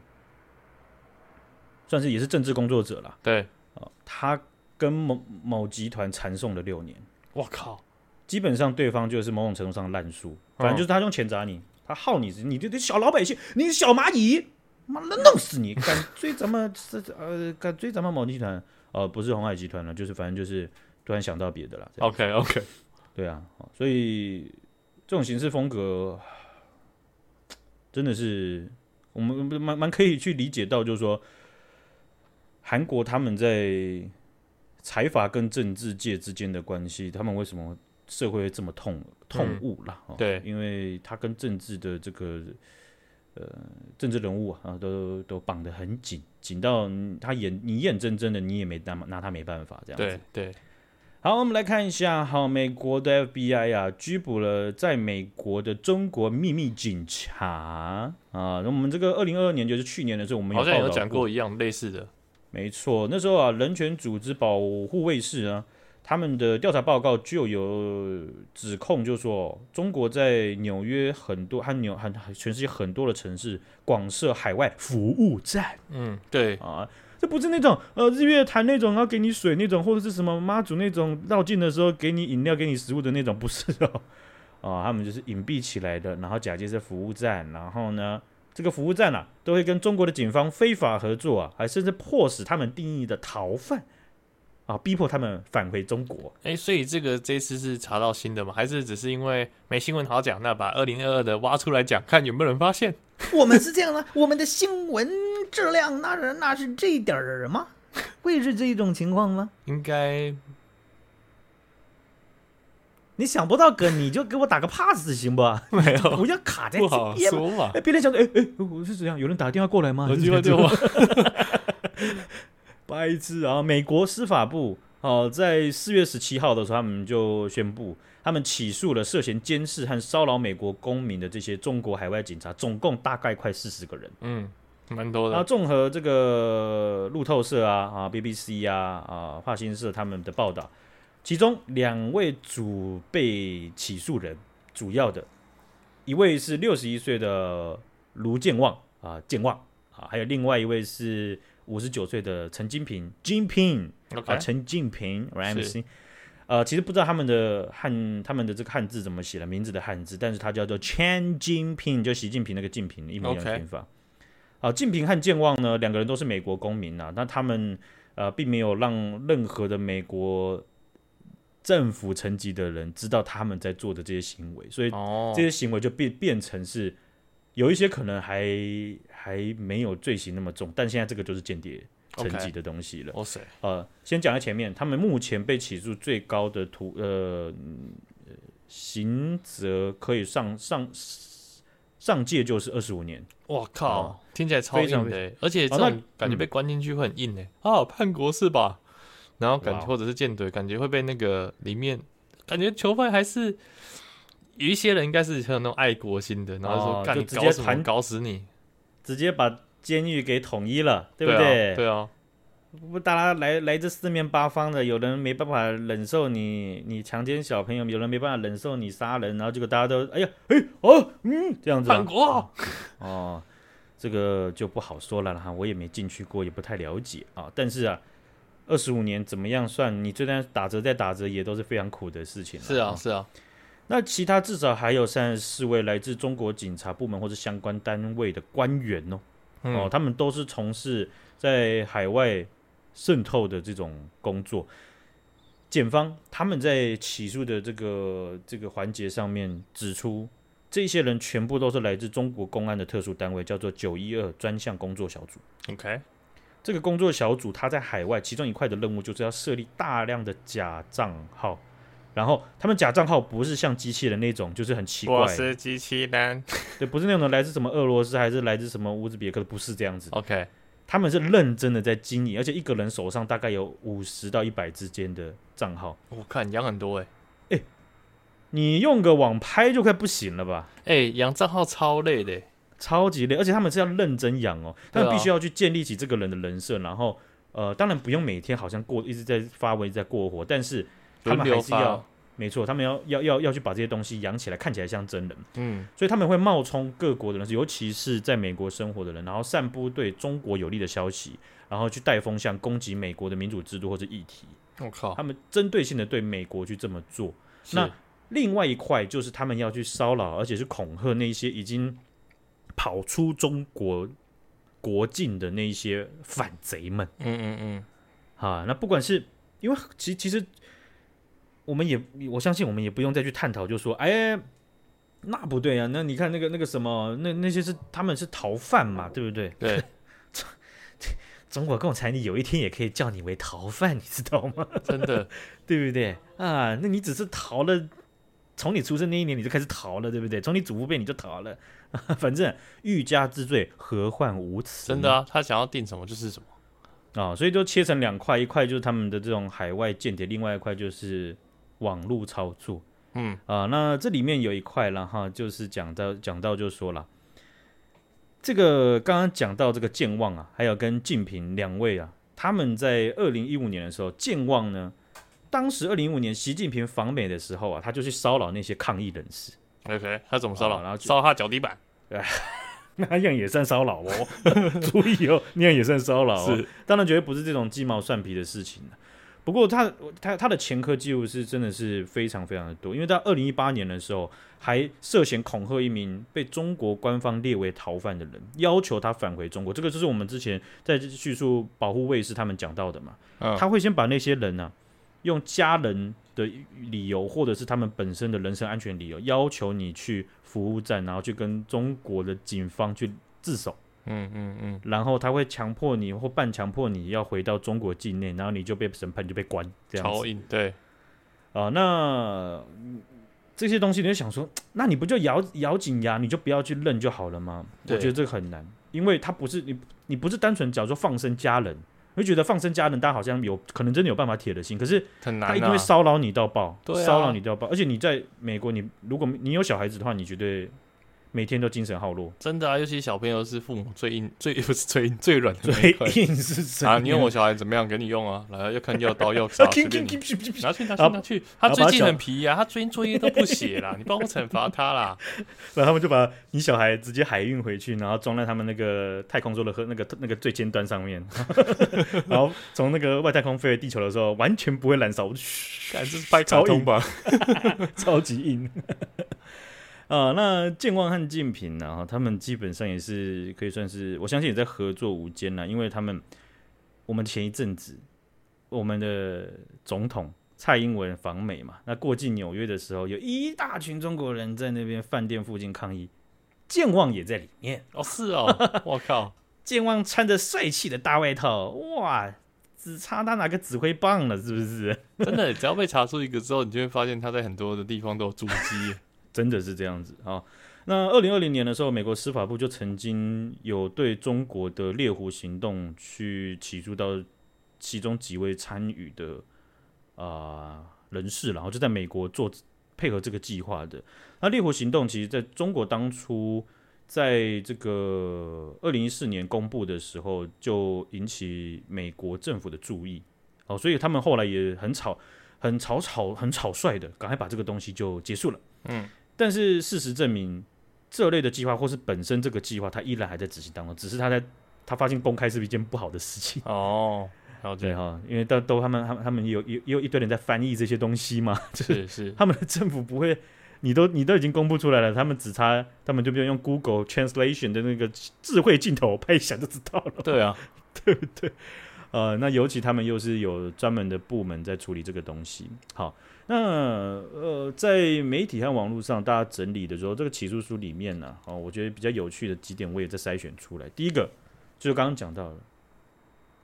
Speaker 1: 算是也是政治工作者啦，
Speaker 2: 对，
Speaker 1: 啊、他跟某某集团缠讼了六年，
Speaker 2: 我靠，
Speaker 1: 基本上对方就是某种程度上烂输，反正就是他用钱砸你，他耗你，你这这小老百姓，你小蚂蚁，妈的弄死你！敢追咱们是呃，敢追咱们某集团，呃，不是红海集团了，就是反正就是突然想到别的了，这样
Speaker 2: OK OK，
Speaker 1: 对啊，好所以这种行事风格真的是我们蛮蛮可以去理解到，就是说韩国他们在财阀跟政治界之间的关系，他们为什么社会这么痛痛恶啦、哦
Speaker 2: 嗯对
Speaker 1: 因为他跟政治的这个呃政治人物啊啊，都都绑得很紧，紧到你他眼你眼睁睁的，你也没拿拿他没办法这样子。
Speaker 2: 对对，
Speaker 1: 好，我们来看一下，好，美国的 FBI 啊，拘捕了在美国的中国秘密警察啊。那我们这个二零二二年就是去年的时候，我们
Speaker 2: 好像
Speaker 1: 报
Speaker 2: 有
Speaker 1: 道
Speaker 2: 讲过一样类似的，
Speaker 1: 没错，那时候啊，人权组织保护卫士啊，他们的调查报告就有指控，就说中国在纽约很多和纽和全世界很多的城市广设海外服务站
Speaker 2: 嗯，对，
Speaker 1: 啊。这不是那种呃日月潭那种要给你水那种，或者是什么妈祖那种绕境的时候给你饮料、给你食物的那种，不是哦。啊，他们就是隐蔽起来的，然后假借是服务站，然后呢，这个服务站啊，都会跟中国的警方非法合作啊，还甚至迫使他们定义的逃犯啊，逼迫他们返回中国。
Speaker 2: 哎、所以这个这次是查到新的吗？还是只是因为没新闻好讲，那把二零二二的挖出来讲，看有没有人发现？
Speaker 3: 我们是这样的， 我们的新闻质量那是那是这点儿吗？会是这种情况吗？
Speaker 2: 应该
Speaker 1: 你想不到哥，你就给我打个 pass 行不？
Speaker 2: 没有，
Speaker 1: 不要卡在
Speaker 2: 不好
Speaker 1: 这边嘛。
Speaker 2: 说嘛
Speaker 1: 哎，。别人想着，哎哎，我是怎样？有人打电话过来 吗？
Speaker 2: 有机会就挖
Speaker 1: 白痴啊！美国司法部哦、在四月十七号的时候，他们就宣布，他们起诉了涉嫌监视和骚扰美国公民的这些中国海外警察，总共大概快四十个人。
Speaker 2: 嗯，蛮多
Speaker 1: 然后
Speaker 2: 的。
Speaker 1: 综合这个路透社啊、啊 BBC 啊、啊法新社他们的报道，其中两位主被起诉人，主要的一位是六十一岁的卢健旺啊，健旺啊，还有另外一位是五十九岁的陈金平，金平啊，
Speaker 2: OK，
Speaker 1: 陈近平 r
Speaker 2: 是
Speaker 1: MC，呃，其实不知道他们的汉他们的这个汉字怎么写了，名字的汉字，但是它叫做 Chen Jinping，就习近平那个近平一模一样的
Speaker 2: OK
Speaker 1: 拼法。啊，近平和健忘呢，两个人都是美国公民啊，那他们呃，并没有让任何的美国政府层级的人知道他们在做的这些行为，所以
Speaker 2: 哦
Speaker 1: 这，些行为就变变成是有一些可能还还没有罪行那么重，但现在这个就是间谍层
Speaker 2: OK
Speaker 1: 级的东西了。
Speaker 2: 哇塞，
Speaker 1: 呃，先讲在前面，他们目前被起诉最高的图呃嗯呃刑责可以上上上届就是二十五年，
Speaker 2: 哇靠
Speaker 1: 哦，
Speaker 2: 听起来超
Speaker 1: 非常
Speaker 2: 硬的欸，而且这
Speaker 1: 哦那
Speaker 2: 种感觉被关进去会很硬诶。啊，叛国是吧？然后感
Speaker 1: 哇哦
Speaker 2: 觉或者是间谍，感觉会被那个里面，感觉囚犯还是有一些人应该是很有那种爱国心的，然后
Speaker 1: 哦
Speaker 2: 说干
Speaker 1: 就
Speaker 2: 你
Speaker 1: 直
Speaker 2: 搞
Speaker 1: 接
Speaker 2: 什么
Speaker 1: 盘
Speaker 2: 搞死你，
Speaker 1: 直接把监狱给统一了，对不
Speaker 2: 啊
Speaker 1: 对？
Speaker 2: 对啊，
Speaker 1: 不，大家来来自四面八方的，有人没办法忍受你你强奸小朋友，有人没办法忍受你杀人，然后结果大家都哎呀哎哦嗯这样子、
Speaker 2: 叛
Speaker 1: 啊、
Speaker 2: 国。
Speaker 1: 哦，这个就不好说了啦，我也没进去过，也不太了解啊。但是啊，二十五年怎么样算？你就算打折再打折，也都是非常苦的事情啦。哦
Speaker 2: 是啊，是啊，
Speaker 1: 那其他至少还有三十四位来自中国警察部门或者相关单位的官员哦，哦，
Speaker 2: 嗯，
Speaker 1: 他们都是从事在海外渗透的这种工作。检方他们在起诉的这个这个环节上面指出，这些人全部都是来自中国公安的特殊单位，叫做九一二专项工作小组。
Speaker 2: OK，
Speaker 1: 这个工作小组他在海外，其中一块的任务就是要设立大量的假账号，然后他们假账号不是像机器人那种，就是很奇怪，
Speaker 2: 机器人。
Speaker 1: 对，不是那种来自什么俄罗斯还是来自什么乌兹别克，不是这样子的
Speaker 2: OK，
Speaker 1: 他们是认真的在经营，而且一个人手上大概有五十到一百之间的账号，
Speaker 2: 我看养很多哎、
Speaker 1: 你用个网拍就快不行了吧？
Speaker 2: 哎、养账号超累的欸、
Speaker 1: 超级累，而且他们是要认真养哦，他
Speaker 2: 对
Speaker 1: 们
Speaker 2: 啊
Speaker 1: 必须要去建立起这个人的人设，然后呃，当然不用每天好像过一直在发文一直在过活，但是他
Speaker 2: 轮
Speaker 1: 们
Speaker 2: 流
Speaker 1: 还是
Speaker 2: 发
Speaker 1: 要，没错，他们要要要要去把这些东西养起来，看起来像真人，
Speaker 2: 嗯，
Speaker 1: 所以他们会冒充各国的人士，尤其是在美国生活的人，然后散布对中国有利的消息，然后去带风向，攻击美国的民主制度或者议题。
Speaker 2: 我靠
Speaker 1: 他，们针对性的对美国去这么做。
Speaker 2: 是
Speaker 1: 那另外一块就是他们要去骚扰，而且是恐吓那一些已经跑出中国国境的那一些反贼们
Speaker 2: 嗯嗯嗯，
Speaker 1: 啊。那不管是因为其其实我们也我相信我们也不用再去探讨，就说哎。那不对啊！那你看那个那个什么，那那些是他们是逃犯嘛，对不对？
Speaker 2: 对，
Speaker 1: 中国共产你有一天也可以叫你为逃犯，你知道吗？
Speaker 2: 真 的，
Speaker 1: 对不对啊？那你只是逃了，从你出生那一年你就开始逃了，对不对？从你祖父辈你就逃了， 反正欲加之罪，何患无辞？
Speaker 2: 真的啊，他想要定什么就是什么。
Speaker 1: 啊、所以就切成两块，一块就是他们的这种海外间谍，另外一块就是网络操作。
Speaker 2: 嗯
Speaker 1: 啊、那这里面有一块了哈，就是讲到讲到就说了，这个刚刚讲到这个健忘啊，还有跟静平两位啊，他们在二零一五年的时候，健忘呢，当时二零一五年习近平访美的时候啊，他就去骚扰那些抗议人士，
Speaker 2: ，OK，他怎么骚
Speaker 1: 好哦然
Speaker 2: 扰？
Speaker 1: 后就
Speaker 2: 骚扰他脚底板，
Speaker 1: 那样也算骚扰哦， 注意哦，那样也算骚扰、哦。
Speaker 2: 是
Speaker 1: 当然绝对不是这种鸡毛蒜皮的事情了啊不过他他他的前科记录是真的是非常非常的多，因为在二零一八年的时候还涉嫌恐吓一名被中国官方列为逃犯的人，要求他返回中国。这个就是我们之前在叙述保护卫士他们讲到的嘛，
Speaker 2: 嗯
Speaker 1: 他会先把那些人呢、用家人的理由或者是他们本身的人身安全理由，要求你去服务站，然后去跟中国的警方去自首。
Speaker 2: 嗯嗯嗯，
Speaker 1: 然后他会强迫你或半强迫你要回到中国境内，然后你就被审判，你就被关这样
Speaker 2: 超
Speaker 1: 子
Speaker 2: 硬，对，
Speaker 1: 啊、那嗯这些东西你就想说，那你不就咬咬紧牙，你就不要去认就好了吗？我
Speaker 2: 对
Speaker 1: 觉得这个很难，因为他不是你，你不是单纯假如说放生家人，你会觉得放生家人，大家好像有可能真的有办法铁了心，可是
Speaker 2: 很
Speaker 1: 他
Speaker 2: 难
Speaker 1: 一定
Speaker 2: 啊
Speaker 1: 会。骚扰你到爆，
Speaker 2: 对啊
Speaker 1: 骚扰你到爆，而且你在美国，你如果你有小孩子的话，你绝对每天都精神耗弱，
Speaker 2: 真的啊，尤其小朋友是父母最硬、最不是最硬、最软的那
Speaker 1: 最
Speaker 2: 一块
Speaker 1: 硬是谁
Speaker 2: 啊！你用我小孩怎么样？给你用 啊！来，要看要刀要叉，随便你。拿去拿去
Speaker 1: 啊
Speaker 2: 拿去！
Speaker 1: 然
Speaker 2: 他
Speaker 1: 后
Speaker 2: 最
Speaker 1: 把
Speaker 2: 近
Speaker 1: 小
Speaker 2: 很皮啊呀、他最近作业都不写啦，你帮我惩罚 他啦。
Speaker 1: 然后他们就把你小孩直接海运回去，然后装在他们那个太空梭的和那个那个最尖端上面， 然后从那个外太空飞回地球的时候，完全不会燃烧，
Speaker 2: 看这是拍卡通吧？
Speaker 1: 超级硬。啊、那健忘和竞品呢、哈他们基本上也是可以算是，我相信也在合作无间啦，因为他们我们前一阵子我们的总统蔡英文访美嘛，那过境纽约的时候，有一大群中国人在那边饭店附近抗议，健忘也在里面。
Speaker 2: 哦，是哦，我靠，
Speaker 1: 健忘穿着帅气的大外套，哇，只差他拿个指挥棒了，是不是？
Speaker 2: 真的，只要被查出一个之后，你就会发现他在很多的地方都有足迹。
Speaker 1: 真的是这样子啊、那二零二零年的时候，美国司法部就曾经有对中国的猎狐行动去起诉到其中几位参与的啊、人士，然后就在美国做配合这个计划的。那猎狐行动其实在中国当初在这个二零一四年公布的时候，就引起美国政府的注意哦，所以他们后来也很草、很草草、很草率的，赶快把这个东西就结束了。但是事实证明，这类的计划或是本身这个计划，它依然还在执行当中，只是它在它发现公开是一件不好的事情。
Speaker 2: 哦，了
Speaker 1: 对啊
Speaker 2: 解，
Speaker 1: 哈、因为都都他们他们他们也有也也有一堆人在翻译这些东西嘛， 就是
Speaker 2: 是是，
Speaker 1: 他们的政府不会，你都你都已经公布出来了，他们只差他们就不用用 Google Translation 的那个智慧镜头拍一下就知道了。
Speaker 2: 对啊，
Speaker 1: 呃，那尤其他们又是有专门的部门在处理这个东西。好，那呃，在媒体和网络上大家整理的时候，这个起诉书里面呢、哦，我觉得比较有趣的几点，我也在筛选出来。第一个就是刚刚讲到的，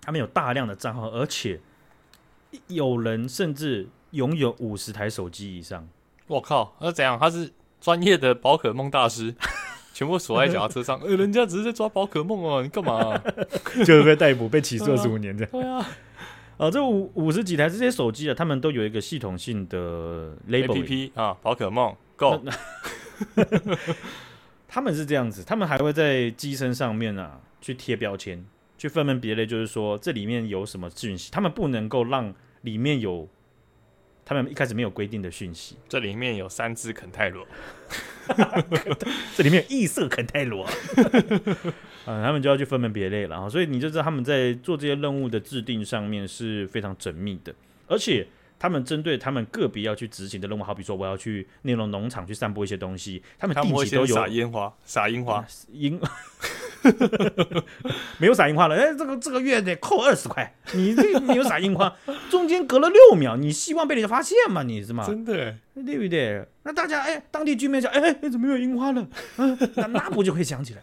Speaker 1: 他们有大量的账号，而且有人甚至拥有五十台手机以上。
Speaker 2: 我靠，那怎样？他是专业的宝可梦大师， 全部锁在脚踏车 上。呃，人家只是在抓宝可梦哦，你干嘛、
Speaker 1: 就是被逮捕、被起
Speaker 2: 诉25
Speaker 1: 年这 样。
Speaker 2: 对啊
Speaker 1: 呃，这五五十几台这些手机啊，他们都有一个系统性的
Speaker 2: ，A
Speaker 1: label
Speaker 2: P P 啊，宝可梦 Go，
Speaker 1: 他们是这样子，他们还会在机身上面啊去贴标签，去分门别类，就是说这里面有什么讯息，他们不能够让里面有他们一开始没有规定的讯息。
Speaker 2: 这里面有三只肯泰罗。
Speaker 1: 这里面有异色肯泰罗， 嗯，他们就要去分门别类了啊，所以你就知道他们在做这些任务的制定上面是非常缜密的，而且他们针对他们个别要去执行的任务，好比说我要去内容农场去散播一些东西，他们
Speaker 2: 他们
Speaker 1: 定
Speaker 2: 会
Speaker 1: 期都有嗯
Speaker 2: 先撒烟花，撒樱花，
Speaker 1: 樱， 没有撒樱花了，哎、这个这个月得扣二十块，你这个没有撒樱花， 中间隔了六秒，你希望被人家发现嘛，你是吗？
Speaker 2: 啊真的
Speaker 1: 对不对？那大家哎，啊当地居民讲，哎哎，怎么没有樱花了？嗯、那那不就会想起来，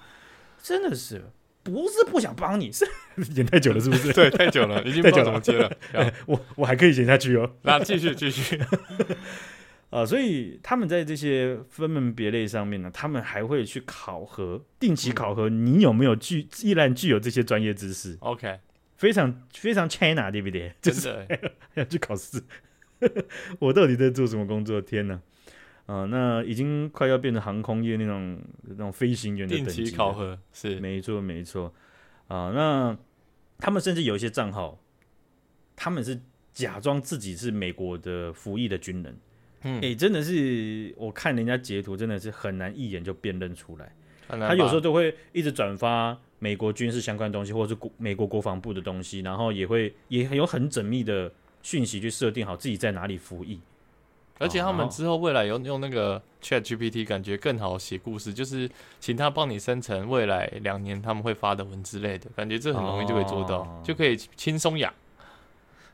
Speaker 1: 真的是
Speaker 3: 不是不想帮你，是
Speaker 1: 演太久了是不 是？
Speaker 2: 对，太久了，已经不知道怎么 接了。然后
Speaker 1: 我我还可以演下去哦。
Speaker 2: 那继续 继续，
Speaker 1: 呃，所以他们在这些分门别类上面呢，他们还会去考核，定期考核你有没有具依然具有这些专业知识，
Speaker 2: OK，
Speaker 1: 非常非常 China，对不对？ 就
Speaker 2: 真
Speaker 1: 是
Speaker 2: 的
Speaker 1: 要去考试， 我到底在做什么工作？天哪！啊、那已经快要变成航空业那种那种飞行员的
Speaker 2: 定
Speaker 1: 等级
Speaker 2: 期
Speaker 1: 了
Speaker 2: 考核是
Speaker 1: 没错，没错。啊、那他们甚至有一些账号，他们是假装自己是美国的服役的军人。
Speaker 2: 嗯
Speaker 1: 诶，真的是我看人家截图，真的是很难一眼就辨认出来。
Speaker 2: 很难
Speaker 1: 他有
Speaker 2: 吧
Speaker 1: 时候都会一直转发美国军事相关的东西，或者是国美国国防部的东西，然后也会也有很缜密的讯息去设定好自己在哪里服役。
Speaker 2: 而且他
Speaker 1: 哦
Speaker 2: 们之后未来用用那个 Chat GPT，感觉更好写故事，就是请他帮你生成未来两年他们会发的文之类的，感觉这很容易就可以做到，
Speaker 1: 哦
Speaker 2: 就可以轻松养，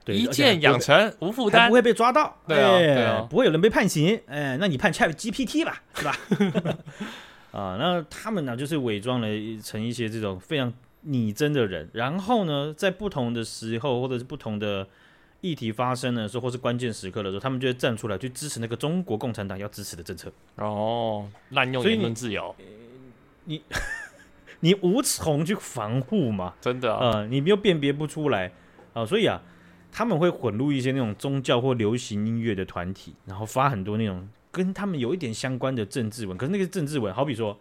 Speaker 1: 对，
Speaker 2: 一
Speaker 1: 而且还
Speaker 2: 键养成，无负
Speaker 3: 还
Speaker 2: 担
Speaker 3: 不。会被抓到，
Speaker 2: 对啊
Speaker 1: 哎
Speaker 2: 对啊
Speaker 1: 不会有人被判刑，哎，那你判 Chat GPT 吧， 是吧？啊，那他们呢，就是伪装了成一些这种非常拟真的人，然后呢，在不同的时候或者是不同的议题发生的时候，或是关键时刻的时候，他们就会站出来去支持那个中国共产党要支持的政策。
Speaker 2: 哦，滥用
Speaker 1: 所以
Speaker 2: 言论
Speaker 1: 你
Speaker 2: 自由，
Speaker 1: 你无从去防护嘛，
Speaker 2: 真的、啊，
Speaker 1: 呃，你又辨别不出来啊、所以啊，他们会混入一些那种宗教或流行音乐的团体，然后发很多那种跟他们有一点相关的政治文，可是那个政治文，好比说，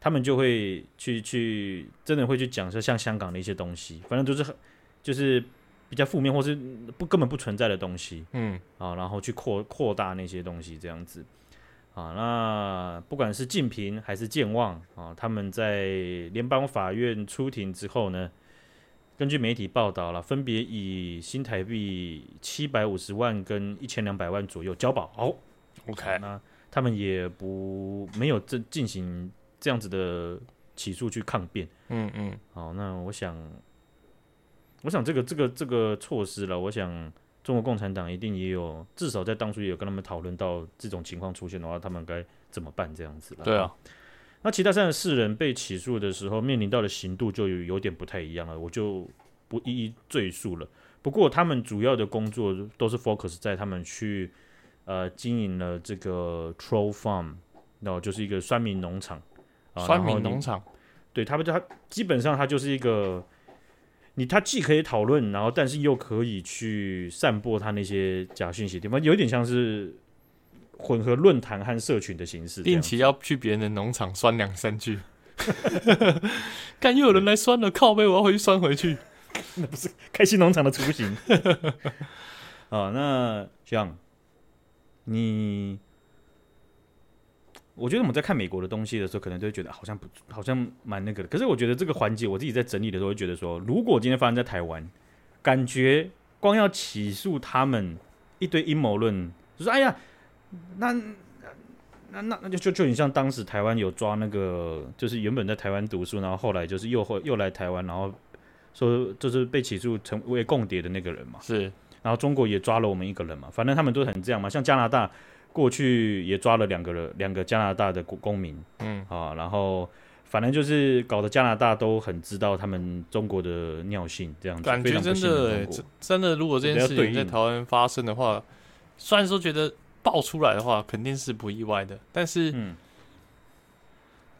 Speaker 1: 他们就会去去真的会去讲说像香港的一些东西，反正就是很就是比较负面或是不根本不存在的东西，
Speaker 2: 嗯，
Speaker 1: 啊，然后去扩扩大那些东西这样子啊。那不管是竞评还是健忘啊，他们在联邦法院出庭之后呢，根据媒体报道了，分别以新台币七百五十万跟一千两百万左右交保。哦，
Speaker 2: ，OK，
Speaker 1: 那他们也不没有这进行这样子的起诉去抗辩。
Speaker 2: 嗯嗯，
Speaker 1: 好，那我想，我想这个这个这个措施了，我想中国共产党一定也有，至少在当初也有跟他们讨论到这种情况出现的话，他们该怎么办这样子了。
Speaker 2: 对啊，
Speaker 1: 那其他三十四人被起诉的时候，面临到的刑度就有有点不太一样了，我就不一一赘述了。不过他们主要的工作都是 focus 在他们去呃经营了这个 troll farm，那、就是一个酸民农场。啊
Speaker 2: 酸
Speaker 1: 然后
Speaker 2: 民
Speaker 1: 你
Speaker 2: 农场，
Speaker 1: 对他们，他基本上他就是一个，你他既可以讨论，然后但是又可以去散播他那些假讯息的地方，有点像是混合论坛和社群的形式这样。
Speaker 2: 定期要去别人的农场酸两三 句。看，又有人来酸了，靠背，我要回去酸回去。
Speaker 1: 开心农场的雏形。啊，那像你，我觉得我们在看美国的东西的时候，可能都会觉得好像不，好像蛮那个的。可是我觉得这个环节，我自己在整理的时候，会觉得说，如果今天发生在台湾，感觉光要起诉他们一堆阴谋论，就说哎呀，那。那那那就就就很像当时台湾有抓那个，就是原本在台湾读书，然后后来就是又后又来台湾，然后说就是被起诉成为共谍的那个人嘛，
Speaker 2: 是，
Speaker 1: 然后中国也抓了我们一个人嘛，反正他们都很这样嘛。像加拿大过去也抓了两个人，两个加拿大的公公民
Speaker 2: 嗯，
Speaker 1: 啊，然后反正就是搞得加拿大都很知道他们中国的尿性，这样子
Speaker 2: 感
Speaker 1: 非
Speaker 2: 觉
Speaker 1: 常不
Speaker 2: 真
Speaker 1: 信任
Speaker 2: 的
Speaker 1: 中
Speaker 2: 欸，
Speaker 1: 国
Speaker 2: 真真的，如果这
Speaker 1: 比
Speaker 2: 件
Speaker 1: 较
Speaker 2: 事
Speaker 1: 对
Speaker 2: 情在
Speaker 1: 应
Speaker 2: 台湾发生的话，虽然说觉得爆出来的话肯定是不意外的，但是
Speaker 1: 嗯，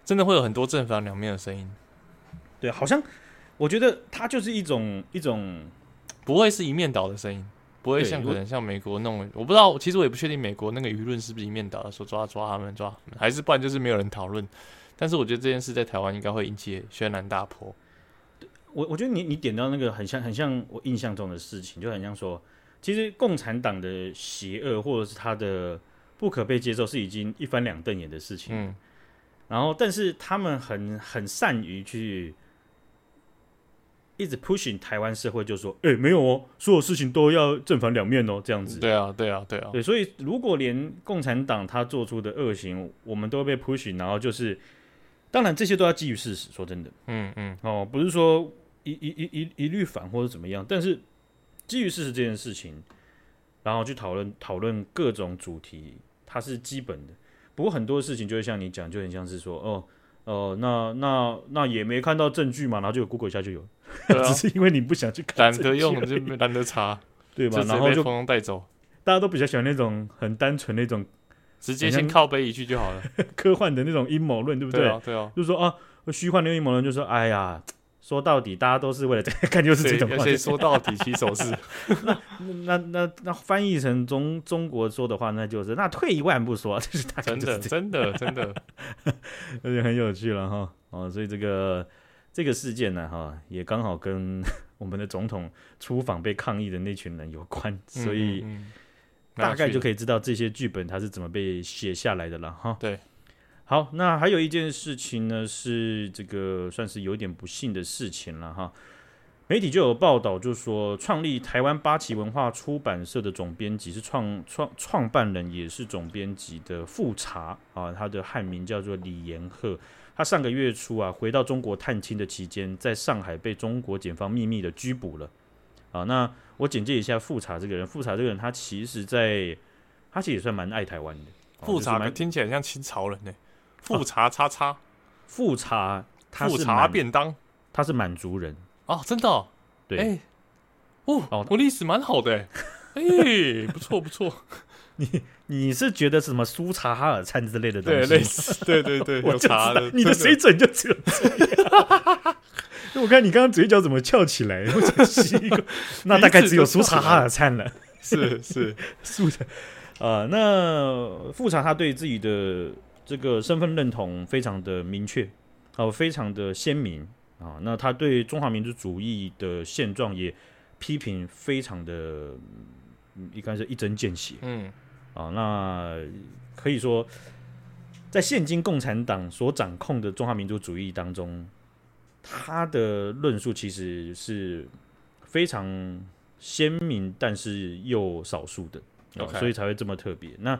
Speaker 2: 真的会有很多正反两面的声音，
Speaker 1: 对，好像我觉得它就是一种一种
Speaker 2: 不会是一面倒的声音，不会
Speaker 1: 对
Speaker 2: 像
Speaker 1: 如
Speaker 2: 可能像美国那种，我不知道，其实我也不确定美国那个舆论是不是一面倒的，说抓抓他们抓他们，还是不然就是没有人讨论。但是我觉得这件事在台湾应该会引起轩然大波。
Speaker 1: 我我觉得你你点到那个很像很像我印象中的事情，就很像说，其实共产党的邪恶或者是他的不可被接受是已经一翻两瞪眼的事情，
Speaker 2: 嗯，
Speaker 1: 然后但是他们很很善于去一直 pushing 台湾社会，就说，哎、没有哦，所有事情都要正反两面哦，这样子。
Speaker 2: 对啊，对啊，对啊，
Speaker 1: 对，所以如果连共产党他做出的恶行，我们都会被 pushing，然后就是，当然这些都要基于事实，说真的。
Speaker 2: 嗯嗯，
Speaker 1: 哦，不是说一一一一一律反或者怎么样，但是基于事实这件事情，然后去讨论讨论各种主题，它是基本的。不过很多事情就会像你讲，就很像是说，哦，哦、那那那也没看到证据嘛，然后就 Google 一下就有，
Speaker 2: 对啊
Speaker 1: 只，是因为你不想去看
Speaker 2: 懒
Speaker 1: 证据而
Speaker 2: 得
Speaker 1: 已，
Speaker 2: 用就没懒得查，
Speaker 1: 对吧
Speaker 2: 就？直
Speaker 1: 然
Speaker 2: 接
Speaker 1: 后
Speaker 2: 被
Speaker 1: 就
Speaker 2: 风中带走，
Speaker 1: 大家都比较喜欢那种很单纯那种
Speaker 2: 直接
Speaker 1: 好像
Speaker 2: 先靠背一句就好了。
Speaker 1: 科幻的那种阴谋论，对不
Speaker 2: 对啊，对啊，
Speaker 1: 就是说啊，虚幻的阴谋论，就说哎呀，说到底大家都是为了 这个，看就是这
Speaker 2: 谁
Speaker 1: 种话。
Speaker 2: 谁说到底起手 是
Speaker 1: 那那那翻译成中中国说的话，那就是那退一万步说， 就是大概
Speaker 2: 真
Speaker 1: 就是
Speaker 2: 的，
Speaker 1: 这
Speaker 2: 真的，真的，
Speaker 1: 样， 而且很有趣了哈。哦，所以这个这个事件呢，哈，也刚好跟 我们的总统出访被抗议的那群人有关，所以
Speaker 2: 嗯嗯嗯
Speaker 1: 大概就
Speaker 2: 以
Speaker 1: 可以知道这些剧本它是怎么被写下来的了哈。
Speaker 2: 对，
Speaker 1: 好，那还有一件事情呢，是这个算是有点不幸的事情了哈。媒体就有报道，就说创立台湾八旗文化出版社的总编辑是创创创办人，也是总编辑的富察啊，他的汉名叫做李延鹤。他上个月初啊，回到中国探亲的期间，在上海被中国检方秘密的拘捕了。啊，那我简介一下富察这个人。富察这个人，他其实在他其实也算蛮爱台湾的。啊
Speaker 2: 复
Speaker 1: 就是
Speaker 2: 查
Speaker 1: 蛮
Speaker 2: 听起来像清朝人呢，复查叉叉，
Speaker 1: 富察，他
Speaker 2: 复
Speaker 1: 是
Speaker 2: 查
Speaker 1: 满
Speaker 2: 便当
Speaker 1: 他是满族人，
Speaker 2: 哦，真的哦，
Speaker 1: 对，
Speaker 2: 哎，哦
Speaker 1: 哦，
Speaker 2: 我历史蛮好的 欸，哎，不错不错，
Speaker 1: 你是觉得是什么苏察哈尔灿之类的东
Speaker 2: 对，
Speaker 1: 西？
Speaker 2: 类似，对对 对，
Speaker 1: 我
Speaker 2: 有
Speaker 1: 就知
Speaker 2: 查
Speaker 1: 道
Speaker 2: 的，
Speaker 1: 你的
Speaker 2: 真
Speaker 1: 水准就只有这样。 我看你刚刚嘴角怎么翘起来，我想吸 一口，那大概只有苏察哈尔灿了。
Speaker 2: 是 是，
Speaker 1: 素的。呃，那富察他对自己的这个身份认同非常的明确，哦、非常的鲜明啊、那他对中华民族主义的现状也批评非常的，嗯应该是一针见血
Speaker 2: 嗯，
Speaker 1: 啊、那可以说，在现今共产党所掌控的中华民族主义当中，他的论述其实是非常鲜明，但是又少数的。哦
Speaker 2: OK
Speaker 1: 所以才会这么特别。那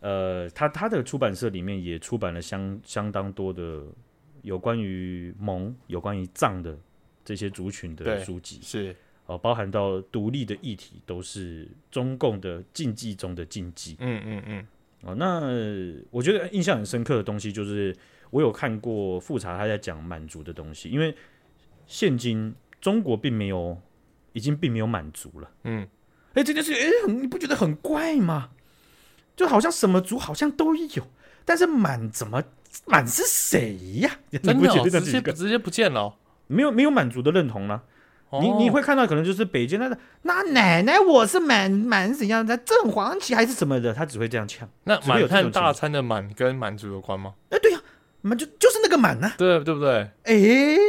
Speaker 1: 呃，他他的出版社里面也出版了相相当多的有关于蒙、有关于藏的这些族群的
Speaker 2: 对
Speaker 1: 书籍，
Speaker 2: 是
Speaker 1: 哦、包含到独立的议题，都是中共的禁忌中的禁忌。
Speaker 2: 嗯嗯嗯，
Speaker 1: 哦，那呃我觉得印象很深刻的东西就是，我有看过富察他在讲满族的东西，因为现今中国并没有，已经并没有满族了。
Speaker 2: 嗯，
Speaker 1: 哎，这件事情，哎，很你不觉得很怪吗？就好像什么族好像都有，但是满怎么满是谁呀、 你
Speaker 2: 真
Speaker 1: 不
Speaker 2: 的
Speaker 1: 觉
Speaker 2: 哦
Speaker 1: 得这
Speaker 2: 直
Speaker 1: 是
Speaker 2: 接
Speaker 1: 一个
Speaker 2: 直接不见了哦，
Speaker 1: 没有没有满族的认同了、你你
Speaker 2: 哦
Speaker 1: 会看到可能就是北京那个
Speaker 3: 那奶奶我是满满怎样的正黄旗还
Speaker 1: 还
Speaker 3: 是
Speaker 1: 是什么的，他只会这样呛。
Speaker 2: 那
Speaker 1: 只会有
Speaker 2: 满
Speaker 1: 这
Speaker 2: 汉
Speaker 1: 种
Speaker 2: 大
Speaker 1: 情
Speaker 2: 餐的满跟满族有关吗？
Speaker 3: 哎对呀、
Speaker 2: 嗯
Speaker 3: 满就就是那个
Speaker 1: 啊
Speaker 3: 满呐、
Speaker 2: 对对不对？
Speaker 3: 哎
Speaker 2: 对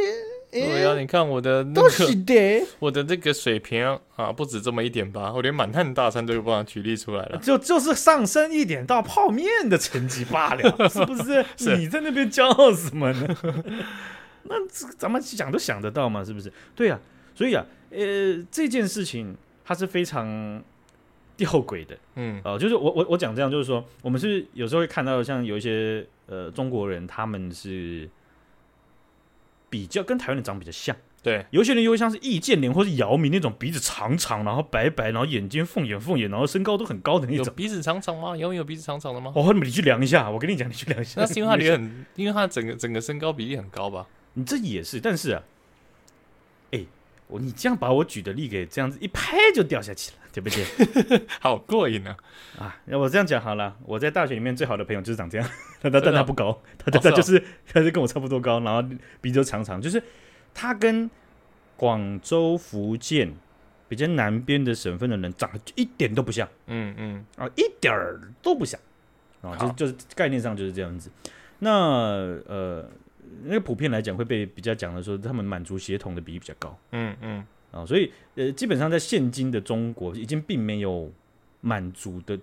Speaker 3: 哎
Speaker 2: 呀，你看我的那
Speaker 3: 都是
Speaker 2: 个
Speaker 3: 的，
Speaker 2: 我的这个水平啊，不止这么一点吧，我连满汉大餐都有办法举例出来 了。
Speaker 1: 就就是上升一点到泡面的层级罢了， 是不是？
Speaker 2: 是
Speaker 1: 你在那边骄傲什么呢？ 那这个咱们想都想得到嘛，是不是？对呀、所以啊，呃，这件事情它是非常吊诡的。
Speaker 2: 嗯
Speaker 1: 呃，就是我我我讲这样，就是说，我们是有时候会看到像有一些呃中国人，他们是比较跟台湾人长得比较像，
Speaker 2: 对，
Speaker 1: 有一些人又会像是易建联或是姚明那种鼻子长长，然后白白，然后眼睛凤眼凤眼，然后身高都很高的那
Speaker 2: 有
Speaker 1: 种。
Speaker 2: 鼻子长长吗？有没有鼻子长长 的吗？
Speaker 1: 哦，你去量一下，我跟你讲，你去量一 下。
Speaker 2: 那是因为他脸很，因为他整个整个身高比例很高 吧？
Speaker 1: 你这也是，但是啊，哎，我你这样把我举的例给这样子一拍就掉下去了，对不对？
Speaker 2: 好过瘾啊！
Speaker 1: 啊，那我这样讲好了，我在大学里面最好的朋友就是长这样，他他
Speaker 2: 真的
Speaker 1: 但他
Speaker 2: 哦
Speaker 1: 不高，他他他
Speaker 2: 哦是哦
Speaker 1: 就是他就跟我差不多高，然后鼻子又长长，就是他跟广州、福建比较南边的省份的人长得就一点都不像
Speaker 2: 嗯嗯，
Speaker 1: 啊，一点儿都不像啊，就
Speaker 2: 好
Speaker 1: 就是概念上就是这样子。那呃，那个普遍来讲会被比较讲的说，他们满族血统的比例比较高。
Speaker 2: 嗯嗯，
Speaker 1: 啊、所以呃，基本上在现今的中国，已经并没有满族的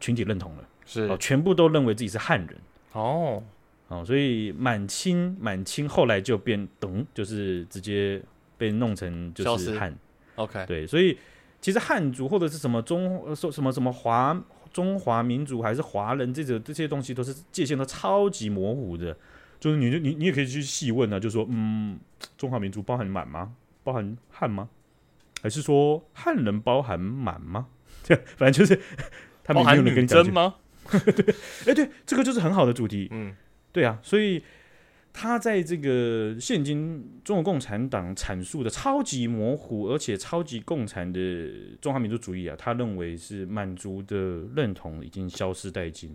Speaker 1: 群体认同了，哦、
Speaker 2: 是
Speaker 1: 全部都认为自己是汉人，
Speaker 2: 哦，
Speaker 1: 哦、所以满清满清后来就变等，就是直接被弄成就
Speaker 2: 消
Speaker 1: 是
Speaker 2: 失
Speaker 1: 汉，
Speaker 2: OK，
Speaker 1: 对，所以其实汉族或者是什么中呃说什么什么华中华民族还是华人这种这些东西都是界限都超级模糊的，就是你就你你也可以去细问啊，就说嗯，中华民族包含满吗？包含汉吗？还是说汉人包含满吗？ 这样反正就是 他们没
Speaker 2: 包
Speaker 1: 有
Speaker 2: 含
Speaker 1: 人跟
Speaker 2: 女
Speaker 1: 你讲这个。
Speaker 2: 真吗？
Speaker 1: 哎，对，这个就是很好的主题，
Speaker 2: 嗯，
Speaker 1: 对啊，所以他在这个现今中国共产党阐述的超级模糊而且超级共产的中华民族主义啊，他认为是满族的认同已经消失殆尽。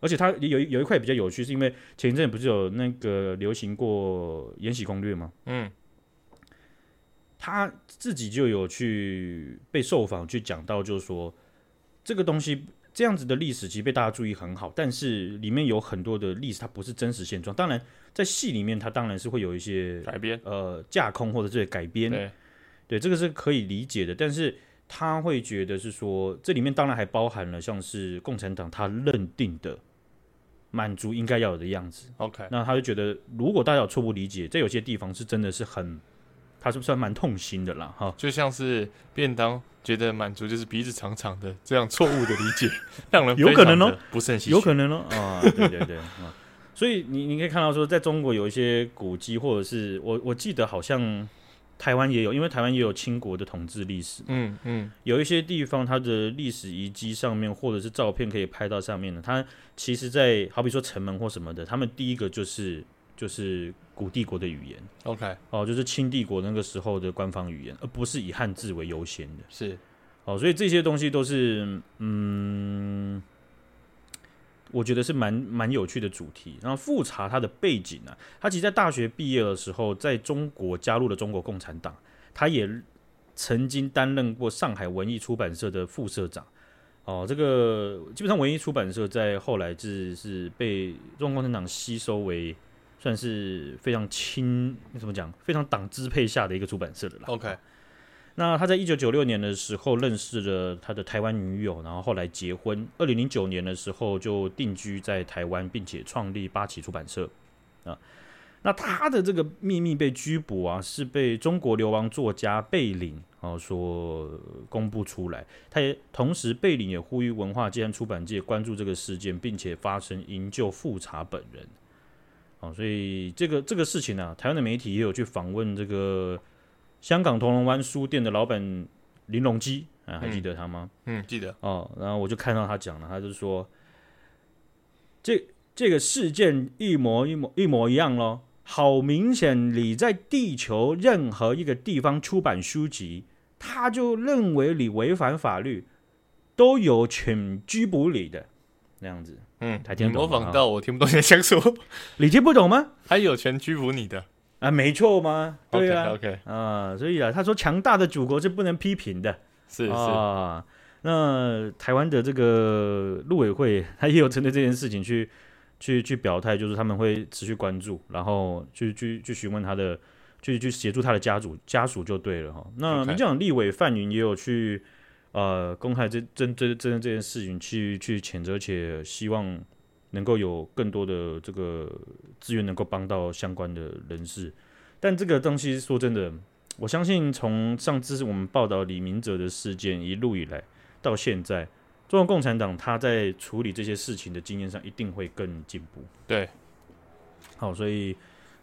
Speaker 1: 而且他有有一块比较有趣，是因为前一阵不是有那个流行过《延禧攻略》吗？
Speaker 2: 嗯，
Speaker 1: 他自己就有去被受访去讲到，就是说这个东西这样子的历史其实被大家注意很好，但是里面有很多的历史它不是真实现状。当然，在戏里面它当然是会有一些
Speaker 2: 改编，
Speaker 1: 呃架空或者是改编，
Speaker 2: 对，
Speaker 1: 对，这个是可以理解的，但是他会觉得是说，这里面当然还包含了像是共产党他认定的满族应该要有的样子。
Speaker 2: OK，
Speaker 1: 那他就觉得，如果大家有错误理解，在有些地方是真的是很，他是不是蛮痛心的啦？哈，
Speaker 2: 就像是便当觉得满足就是鼻子长长的这样错误的理 解，让人
Speaker 1: 有
Speaker 2: 非
Speaker 1: 可
Speaker 2: 常
Speaker 1: 能哦
Speaker 2: 的不是很唏
Speaker 1: 有
Speaker 2: 嘘
Speaker 1: 可能哦。啊，对对对啊，所以你你可以看到说，在中国有一些古迹，或者是我我记得好像台湾也有，因为台湾也有清国的统治历史嘛
Speaker 2: 嗯嗯，
Speaker 1: 有一些地方它的历史遗迹上面，或者是照片可以拍到上面的，它其实在，好比说城门或什么的，他们第一个就是就是古帝国的语言
Speaker 2: OK，
Speaker 1: 哦，就是清帝国那个时候的官方语言，而不是以汉字为优先的
Speaker 2: 是
Speaker 1: 哦，所以这些东西都是嗯，我觉得是蛮蛮有趣的主题。然后复查他的背景啊，他其实在大学毕业的时候，在中国加入了中国共产党，他也曾经担任过上海文艺出版社的副社长。哦，这个基本上文艺出版社在后来是是被中国共产党吸收为算是非常亲，怎么讲，非常党支配下的一个出版社了啦。
Speaker 2: OK，
Speaker 1: 那他在一九九六年的时候认识了他的台湾女友，然后后来结婚。二零零九年的时候就定居在台湾，并且创立八旗出版社啊。那他的这个秘密被拘捕啊，是被中国流亡作家贝岭啊所公布出来。他也同时，贝岭也呼吁文化界和出版界关注这个事件，并且发声营救复查本人。哦，所以这个这个事情呢、啊，台湾的媒体也有去访问这个香港铜锣湾书店的老板林隆基啊，还记得他吗？
Speaker 2: 嗯，记得
Speaker 1: 哦，然后我就看到他讲了，他就说，这这个事件一模一模一模一样咯，好明显，你在地球任何一个地方出版书籍，他就认为你违反法律，都有权拘捕你的那样子。
Speaker 2: 嗯，
Speaker 1: 还
Speaker 2: 你
Speaker 1: 听得
Speaker 2: 模
Speaker 1: 懂啊吗
Speaker 2: 仿到我听不懂你在想什么，
Speaker 1: 你听不懂吗？
Speaker 2: 还有权拘捕你的，
Speaker 1: 啊，没错吗？对啊，
Speaker 2: ，OK，
Speaker 1: 啊，所以啊，他说强大的祖国是不能批评的。
Speaker 2: 是是，
Speaker 1: 啊。那台湾的这个陆委会，他也有针对这件事情去去去表态，就是他们会持续关注，然后去去去询问他的，去去协助他的家属家属就对了哈。那
Speaker 2: OK
Speaker 1: 民进党立委范云也有去呃公开这针针针对这件事情去去谴责，且希望能够有更多的这个资源能够帮到相关的人士。但这个东西说真的，我相信从上次我们报道李明哲的事件一路以来到现在，中国共产党他在处理这些事情的经验上一定会更进步。
Speaker 2: 对，
Speaker 1: 好，所以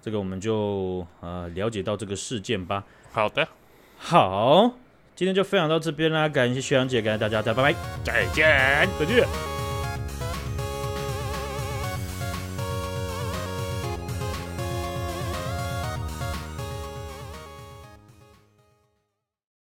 Speaker 1: 这个我们就呃了解到这个事件吧。
Speaker 2: 好的，
Speaker 1: 好，今天就分享到这边啦，感谢薛阳姐，感谢大家，再拜拜。
Speaker 2: 再见，再见。